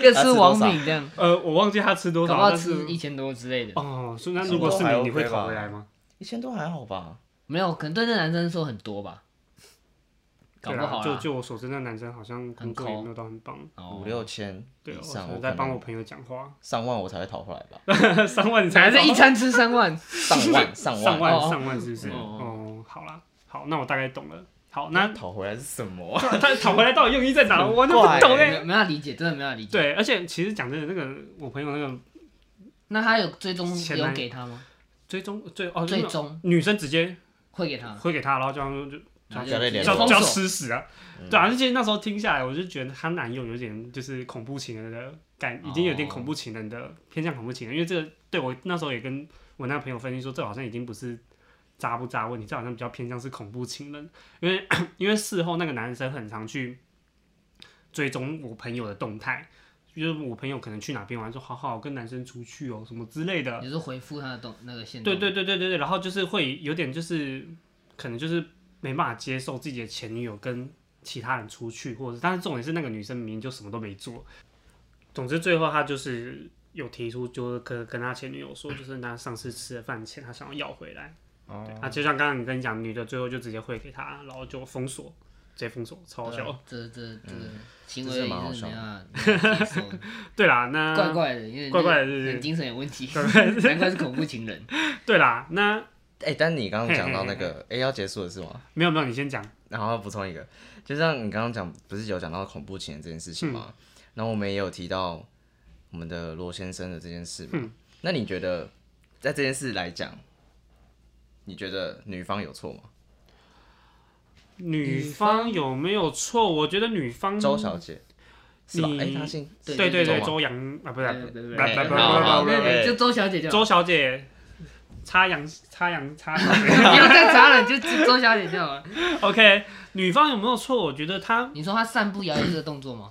Speaker 4: 各吃王敏这样，
Speaker 1: 呃，我忘记他吃多
Speaker 3: 搞
Speaker 1: 少，
Speaker 3: 不好
Speaker 1: 但是
Speaker 3: 吃一千多之类的。
Speaker 1: 哦，所以那如果是
Speaker 2: 差不多还
Speaker 1: 你，你会
Speaker 2: OK 吧
Speaker 1: 讨回来吗？
Speaker 2: 一千多还好吧？
Speaker 3: 没有，可能对那男生说很多吧，搞
Speaker 1: 对啊
Speaker 3: 不好
Speaker 1: 啦，就
Speaker 3: 啦
Speaker 1: 就我所知，那男生好像工作
Speaker 3: 很
Speaker 1: 也
Speaker 3: 抠
Speaker 1: 没有到很棒。
Speaker 3: 哦
Speaker 2: 五六千
Speaker 1: 对，啊
Speaker 2: 以
Speaker 1: 我
Speaker 2: 上，
Speaker 1: 可
Speaker 2: 我
Speaker 1: 在
Speaker 2: 可
Speaker 1: 帮我
Speaker 2: 能
Speaker 1: 朋友讲话，
Speaker 2: 上万我才会讨回来吧？
Speaker 1: 三万你才
Speaker 4: 反正
Speaker 1: 找
Speaker 4: 一
Speaker 1: 到
Speaker 4: 餐吃三万，
Speaker 2: 上万上
Speaker 1: 上万
Speaker 2: 万
Speaker 1: 上万是不是？
Speaker 3: 哦哦
Speaker 1: 哦，好啦，好，那我大概懂了。好，那
Speaker 2: 讨回来是什么？啊
Speaker 1: 他他讨回来到底用意在哪？
Speaker 2: 嗯很
Speaker 1: 我就不懂
Speaker 2: 怪
Speaker 1: 哎、
Speaker 3: 没没法理解，真的没法理解。
Speaker 1: 对，而且其实讲真的，那个我朋友那个
Speaker 3: 那他有最终
Speaker 1: 前
Speaker 3: 有
Speaker 1: 男
Speaker 3: 给他吗？
Speaker 1: 追踪最哦，
Speaker 3: 最
Speaker 1: 就是
Speaker 3: 终
Speaker 1: 女生直接
Speaker 3: 会给他，
Speaker 1: 挥给他，然后叫他们就
Speaker 3: 然后
Speaker 2: 教练
Speaker 3: 就
Speaker 2: 联
Speaker 1: 叫
Speaker 2: 络
Speaker 1: 叫
Speaker 3: 封锁嗯
Speaker 1: 吃屎啊！对啊，而且那时候听下来，我就觉得她男友有点就是恐怖情人的感，
Speaker 3: 哦
Speaker 1: 已经有点恐怖情人的偏向恐怖情人，因为这个对我那时候也跟我那个朋友分析说，这好像已经不是渣不渣问题，这好像比较偏向是恐怖情人，因为 因为事后那个男生很常去追踪我朋友的动态。就是我朋友可能去哪边玩，说好好跟男生出去哦，什么之类的，
Speaker 3: 你是回复他的动那个线动，
Speaker 1: 对对对对对对，然后就是会有点就是可能就是没办法接受自己的前女友跟其他人出去，或者是但是重点是那个女生明明就什么都没做。总之最后他就是有提出，就是跟跟他前女友说，就是那上次吃的饭钱他想要要回来。
Speaker 2: 哦
Speaker 1: 对，啊，就像刚刚你跟你讲，女的最后就直接汇给他，然后就封锁，直接封锁，超好
Speaker 3: 对
Speaker 1: 笑。
Speaker 3: 啊，这这这个行
Speaker 2: 这
Speaker 3: 为
Speaker 2: 是
Speaker 3: 也
Speaker 2: 蛮好
Speaker 3: 是
Speaker 2: 笑
Speaker 3: 没
Speaker 2: 的
Speaker 3: 办法接受的，
Speaker 1: 对啦，那
Speaker 3: 怪怪的，因为
Speaker 1: 怪怪的对对对
Speaker 3: 人精神有问题，难怪是恐怖情人。
Speaker 1: 对啦，那
Speaker 2: 哎、但你刚刚讲到那个，哎、要结束了是吗？
Speaker 1: 没有没有，你先讲。
Speaker 2: 然后补充一个，就像你刚刚讲，不是有讲到恐怖情人这件事情吗？然后我们也有提到我们的罗先生的这件事嘛。那你觉得在这件事来讲，你觉得女方有错吗？
Speaker 1: 女
Speaker 3: 女
Speaker 1: 方有没有错？我觉得女方
Speaker 2: 周小姐是吧？
Speaker 1: 你
Speaker 2: 哎、她姓
Speaker 1: 对
Speaker 3: 对
Speaker 1: 对
Speaker 2: 周
Speaker 1: 对，
Speaker 2: 吗
Speaker 1: 周洋啊，不是啊，
Speaker 3: 对对对
Speaker 1: 来来
Speaker 3: 对
Speaker 1: 来
Speaker 3: 对
Speaker 1: 来
Speaker 3: 好
Speaker 1: 来来
Speaker 3: 对对
Speaker 2: 来
Speaker 3: 就周小姐就好，
Speaker 1: 周小姐，插羊插羊插小
Speaker 4: 不 要再查了，就只周小姐就好了。
Speaker 1: OK，女 方有没有错？我觉得她
Speaker 3: 你说她散步摇曳这个动作 吗？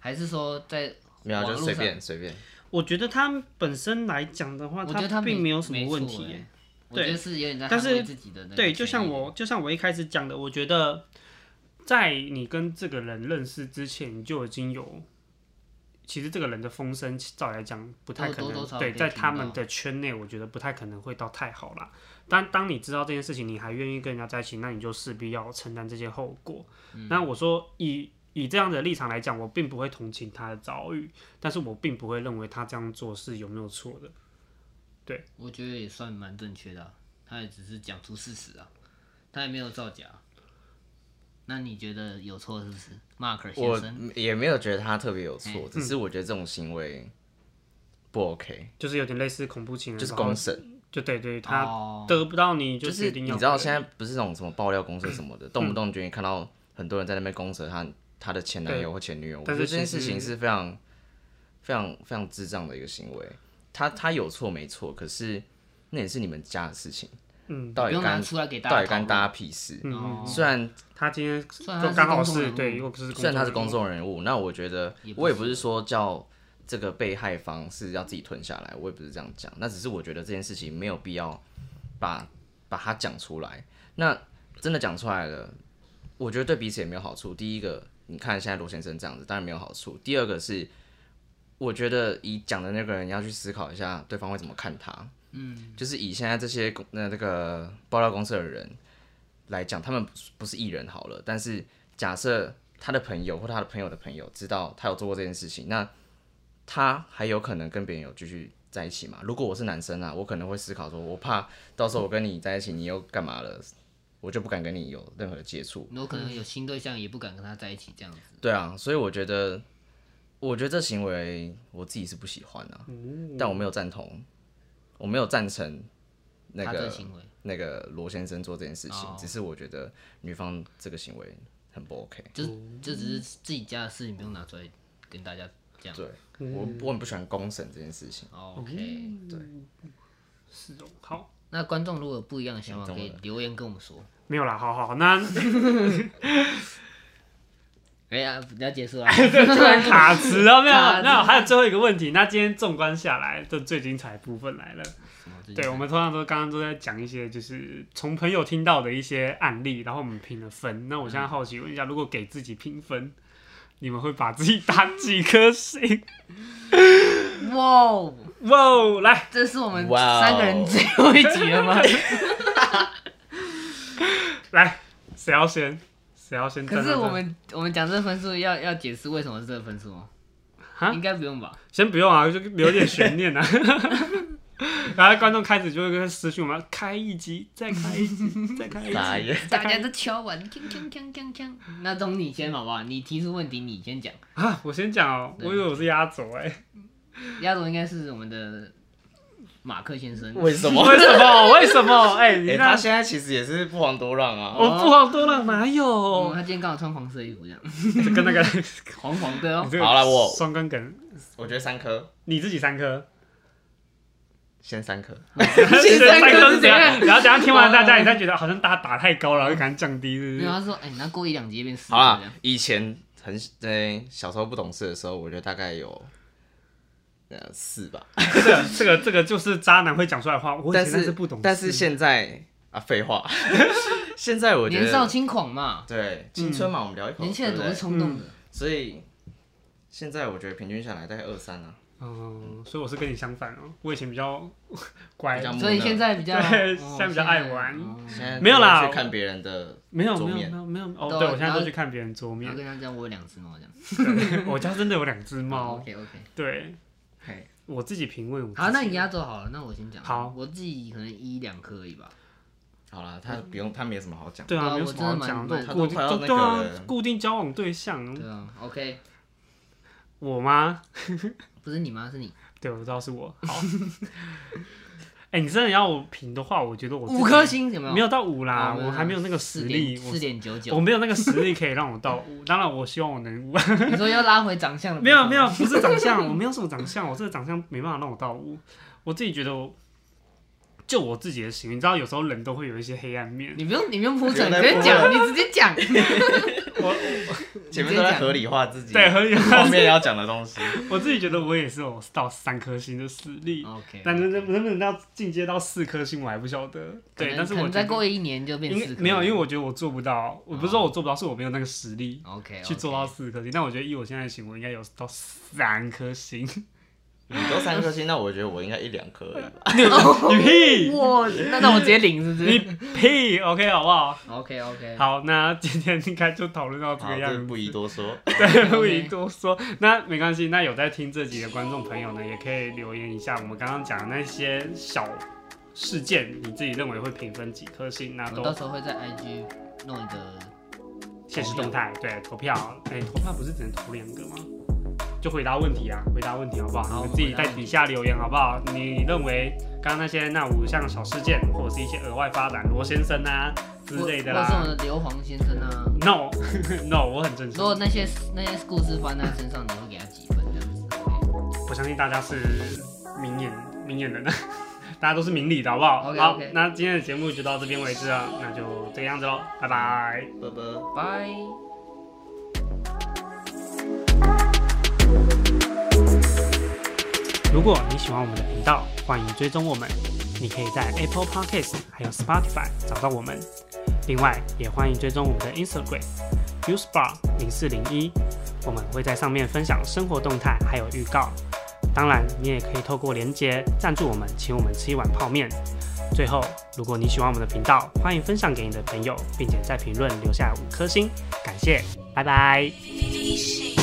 Speaker 3: 还是说在
Speaker 2: 没有，啊
Speaker 3: 网
Speaker 2: 就
Speaker 3: 络
Speaker 2: 随
Speaker 3: 上
Speaker 2: 便随便。
Speaker 1: 我觉得她本身来讲的话，
Speaker 3: 我觉得他
Speaker 1: 并没有什么问题耶、
Speaker 3: 欸我觉得是有点在
Speaker 1: 但
Speaker 3: 捍
Speaker 1: 是
Speaker 3: 卫自己的那个
Speaker 1: 对，就
Speaker 3: 权
Speaker 1: 像
Speaker 3: 益
Speaker 1: 我就像我一开始讲的，我觉得在你跟这个人认识之前，你就已经有。其实这个人的风声，照来讲不太可
Speaker 3: 多
Speaker 1: 能
Speaker 3: 多少少，可以
Speaker 1: 对，在
Speaker 3: 听
Speaker 1: 他们
Speaker 3: 到
Speaker 1: 的圈内，我觉得不太可能会到太好啦。但当你知道这件事情，你还愿意跟人家在一起，那你就势必要承担这些后果。
Speaker 3: 嗯
Speaker 1: 那我说以以这样的立场来讲，我并不会同情他的遭遇，但是我并不会认为他这样做是有没有错的。
Speaker 3: 我觉得也算蛮正确的啊、他也只是讲出事实啊，他也没有造假啊。那你觉得有错是不是，Mark
Speaker 2: 我
Speaker 3: 先生？
Speaker 2: 也没有觉得她特别有错，
Speaker 3: 嗯
Speaker 2: 只是我觉得这种行为不 OK，、
Speaker 1: 就是有点类似恐怖情人，
Speaker 2: 就是
Speaker 1: 然后
Speaker 2: 公审。
Speaker 1: 就对对，他
Speaker 3: 哦，
Speaker 1: 得不到你
Speaker 2: 就
Speaker 1: 就是一定
Speaker 2: 你
Speaker 1: 要嗯
Speaker 2: 知道现在不是那种什么爆料公社什么的，动不动就会看到很多人在那边公社他他的前男友或前女友，我觉
Speaker 1: 但
Speaker 2: 得
Speaker 1: 是
Speaker 2: 这件
Speaker 1: 其
Speaker 2: 事
Speaker 1: 实
Speaker 2: 情是非常非常非常智障的一个行为。他他有错没错，可是那也是你们家的事情，
Speaker 1: 嗯，
Speaker 2: 到
Speaker 3: 不
Speaker 2: 底
Speaker 3: 用拿
Speaker 2: 干
Speaker 3: 出来给大家
Speaker 2: 到底干
Speaker 3: 讨论
Speaker 2: 大家屁事？
Speaker 1: 嗯
Speaker 3: 哦
Speaker 2: 虽然
Speaker 1: 他今天
Speaker 3: 虽然他
Speaker 1: 就是刚好
Speaker 3: 公众人
Speaker 1: 是
Speaker 3: 物
Speaker 1: 对，又不是
Speaker 2: 虽然他是
Speaker 1: 工
Speaker 2: 公众人物，那我觉得
Speaker 3: 也不
Speaker 2: 我也不是说叫这个被害方是要自己吞下来，我也不是这样讲。那只是我觉得这件事情没有必要把把它讲出来。那真的讲出来了，我觉得对彼此也没有好处。第一个，你看现在罗先生这样子，当然没有好处。第二个是，我觉得以讲的那个人要去思考一下对方会怎么看他。嗯，就是以现在这些公那这个爆料公司的人来讲，他们不是不是艺人好了，但是假设他的朋友或他的朋友的朋友知道他有做过这件事情，那他还有可能跟别人有继续在一起吗？如果我是男生啊，我可能会思考说，我怕到时候我跟你在一起，你又干嘛了，我就不敢跟你有任何接触。
Speaker 3: 有可能有新对象，也不敢跟他在一起这样子。
Speaker 2: 对啊，所以我觉得，我觉得这行为我自己是不喜欢啊，
Speaker 3: 嗯
Speaker 2: 但我没有赞同，我没有赞成那
Speaker 3: 他的
Speaker 2: 个
Speaker 3: 行为
Speaker 2: 那个罗先生做这件事情，
Speaker 3: 哦
Speaker 2: 只是我觉得女方这个行为很不 OK。
Speaker 3: 就就只是自己家的事情，不用拿出来跟大家讲。
Speaker 2: 对，
Speaker 1: 嗯
Speaker 2: 哦我我很不喜欢公审这件事情。
Speaker 3: OK，
Speaker 1: 是哦，好，
Speaker 3: 那观众如果有不一样的想法，可以留言跟我们说。
Speaker 1: 没有啦，好好， 那
Speaker 3: 哎呀，不要结束 了。
Speaker 1: 突然卡词了，没有
Speaker 4: 卡，词
Speaker 1: 那还有最后一个问题，那今天纵观下来的最精彩的部分来了。
Speaker 3: 什么
Speaker 1: 对，我们通常都刚刚都在讲一些，就是从朋友听到的一些案例，然后我们评了分。那我
Speaker 2: 嗯
Speaker 1: 现在好奇问一下，如果给自己评分，你们会把自己打几颗星？
Speaker 4: 哇哦，
Speaker 1: 哇哦，来，
Speaker 4: 这是我们
Speaker 2: 哇哦
Speaker 4: 三个人最后一集 了吗？
Speaker 1: 来，谁要先？谁要先站啊到
Speaker 4: 可
Speaker 1: 这？
Speaker 4: 是我们我们讲这分数要要解释为什么是这个分数
Speaker 3: 哦
Speaker 4: 吗？
Speaker 1: 哈
Speaker 4: 应该不用吧？
Speaker 1: 先不用啊，就留点悬念啊。 然后观众开始就会跟私讯我们，开一集，再开一 集，再开一
Speaker 2: 傻
Speaker 1: 集。
Speaker 2: 眼，
Speaker 4: 大家都敲完，锵锵锵锵锵。
Speaker 3: 那从你先好不好？你提出问题，你先讲。
Speaker 1: 啊，我先讲哦、我以为我是压轴哎。
Speaker 3: 压轴应该是我们的马克先生，
Speaker 2: 为 什么？
Speaker 1: 为什么？为什 么？哎、你哦
Speaker 2: 哎，
Speaker 1: 那、
Speaker 2: 他现在其实也是不遑多让啊。
Speaker 1: 我不遑多让，哪
Speaker 3: 哦，
Speaker 1: 有？
Speaker 2: 嗯
Speaker 3: 他今天刚好穿黄色衣服这样，
Speaker 1: 就跟那 个
Speaker 3: 黄黄的哦
Speaker 1: 你。这个
Speaker 2: 好了我
Speaker 1: 双根梗，
Speaker 2: 我觉得三颗，
Speaker 1: 你自己三颗，
Speaker 2: 先三颗。
Speaker 1: 先
Speaker 3: 三颗
Speaker 1: 颗
Speaker 3: 是
Speaker 1: 是
Speaker 3: 怎
Speaker 1: 怎样？
Speaker 2: 哦
Speaker 3: 样
Speaker 1: 然后等一下听完大家，你再觉得好像大家打太高了，然后就赶紧降低，是不
Speaker 3: 没有，
Speaker 2: 啊
Speaker 1: 是？
Speaker 3: 他说，哎，你那过一两集就变死
Speaker 2: 好
Speaker 3: 了
Speaker 2: 啦
Speaker 3: 这样。，
Speaker 2: 以前很对小时候不懂事的时候，我觉得大概有呃四吧，
Speaker 1: 这个这个这个就是渣男会讲出来的话，我以
Speaker 2: 但
Speaker 1: 前真的
Speaker 2: 是
Speaker 1: 不懂事，
Speaker 2: 但是现在啊，废话， 现在我觉
Speaker 3: 年少
Speaker 2: 得
Speaker 3: 轻狂嘛，
Speaker 2: 对青春嘛，我们嗯聊一口，
Speaker 3: 年轻人
Speaker 2: 对不
Speaker 3: 总是
Speaker 2: 对
Speaker 3: 冲动的。
Speaker 2: 所以现在我觉得平均下来大概二三啊，
Speaker 1: 嗯，所以我是跟你相反哦，我以前比较乖
Speaker 2: 比，较木讷
Speaker 3: 所以现在比较，
Speaker 1: 对
Speaker 3: 哦
Speaker 1: 现在比较爱玩
Speaker 3: 哦
Speaker 2: 现在
Speaker 1: 没有啦
Speaker 2: 去看别人的，
Speaker 1: 没有
Speaker 2: 桌
Speaker 1: 没有
Speaker 2: 面
Speaker 1: 没有没有哦，
Speaker 3: 对
Speaker 1: 对我现在
Speaker 3: 然后啊
Speaker 1: 都去看别人桌
Speaker 2: 嗯
Speaker 3: 然
Speaker 1: 面
Speaker 3: 后，跟他讲我有两只猫这样。
Speaker 1: 对 我家真的有两只猫，
Speaker 3: OK OK。
Speaker 1: 对
Speaker 2: 嘿，
Speaker 1: 我自己评论我自己，
Speaker 3: 哦好，那你压轴好了，那我先讲。
Speaker 1: 好
Speaker 3: 我自己可能一两颗而已吧。
Speaker 2: 好啦，他
Speaker 1: 嗯
Speaker 2: 不用，他没什么好讲，
Speaker 1: 对
Speaker 3: 对
Speaker 1: 啊，
Speaker 3: 啊
Speaker 1: 没有
Speaker 3: 我
Speaker 1: 什么好
Speaker 3: 真的
Speaker 1: 讲
Speaker 3: 蛮
Speaker 1: 的，
Speaker 3: 蛮
Speaker 1: 我固定
Speaker 2: 他都快要
Speaker 1: 对
Speaker 2: 那
Speaker 1: 对啊
Speaker 2: 个了，
Speaker 1: 固定交往对象，
Speaker 3: 对啊，OK，
Speaker 1: 我吗？
Speaker 3: 不是你吗？是你。
Speaker 1: 对，我知道是我。好， 哎，你真的要我评的话，我觉得我自己
Speaker 3: 五颗星有没有？
Speaker 1: 没有到五啦，
Speaker 3: 哦
Speaker 1: 我还没有那个实力，
Speaker 3: 四点九
Speaker 1: 我我
Speaker 3: 九。
Speaker 1: 没有那个实力可以让我到五。当然，我希望我能五。
Speaker 3: 你说要拉回长相的？
Speaker 1: 没有没有，，不是长 相，我没有什么长相，我这个长相没办法让我到五。我自己觉得我。就我自己的行为，你知道，有时候人都会有一些黑暗面。
Speaker 3: 你不用你不用铺陈，
Speaker 2: 不
Speaker 3: 你
Speaker 2: 用再
Speaker 3: 直接
Speaker 2: 铺
Speaker 3: 讲，你直接讲。
Speaker 2: 前面都在合理化自己，
Speaker 1: 对，合理
Speaker 2: 后面要讲的东西，
Speaker 1: 我自己觉得我也是有到三颗星的实力，
Speaker 3: OK。
Speaker 1: 但能能能不能到进阶到四颗星，我还不晓得。对，但是
Speaker 3: 可
Speaker 1: 我
Speaker 3: 能
Speaker 1: 觉
Speaker 3: 再
Speaker 1: 得
Speaker 3: 过一年就变
Speaker 1: 应
Speaker 3: 四
Speaker 1: 该
Speaker 3: 颗。哦
Speaker 1: 没有，因为我觉得我做不到。我不是说我做不到，是我没有那个实力
Speaker 3: OK
Speaker 1: 去做到。四颗星。但我觉得以我现在的行为，应该有到三颗星。
Speaker 2: 你都三颗星，那我觉得我应该一两颗而已吧。
Speaker 1: 你屁，
Speaker 3: 哇，那那我直接领是不
Speaker 1: 你
Speaker 3: 是
Speaker 1: 屁，OK 好不好？
Speaker 3: ？OK OK。
Speaker 1: 好，那今天应该就讨论到 这
Speaker 2: 好，
Speaker 1: 个样
Speaker 2: 这
Speaker 1: 子，
Speaker 2: 不宜 多说。
Speaker 1: 对，不宜多说。那没关系，那有在听这集的观众朋友呢，也可以留言一下我们刚刚讲的那些小事件，你自己认为会评分几颗星，那
Speaker 3: 我
Speaker 1: 都
Speaker 3: 到时候会在 IG 弄一个
Speaker 1: 现实动态，对，投票，哎、投票不是只能投两个吗？就回答问题啊，回答问题好不好？
Speaker 3: 好
Speaker 1: 你们自己
Speaker 3: 回答
Speaker 1: 在
Speaker 3: 问题
Speaker 1: 底下留言好不好？你认为刚刚那些那五项小事件，或者是一些额外发展，罗先生啊之类的
Speaker 3: 或或是
Speaker 1: 啦
Speaker 3: 我的硫磺先生啊。
Speaker 1: ？No No，我 很正
Speaker 3: 如
Speaker 1: 常，
Speaker 3: 果那些那些故事放在他身上，你会给他几分这样子？OK
Speaker 1: 我相信大家是明眼明眼人的， 大家都是明理的好不好
Speaker 3: OK，OK
Speaker 1: 好，那今天的节目就到这边为止了，那就这个样子喽，拜拜。
Speaker 2: 拜拜。
Speaker 3: 拜。
Speaker 1: 如果你喜欢我们的频道，欢迎追踪我们。你可以在 Apple Podcast 还有 Spotify 找到我们。另外，也欢迎追踪我们的 Instagram usebar 零四零一，我们会在上面分享生活动态还有预告。当然，你也可以透过连接赞助我们，请我们吃一碗泡面。最后，如果你喜欢我们的频道，欢迎分享给你的朋友，并且在评论留下五颗星，感谢，拜拜。
Speaker 5: 你是。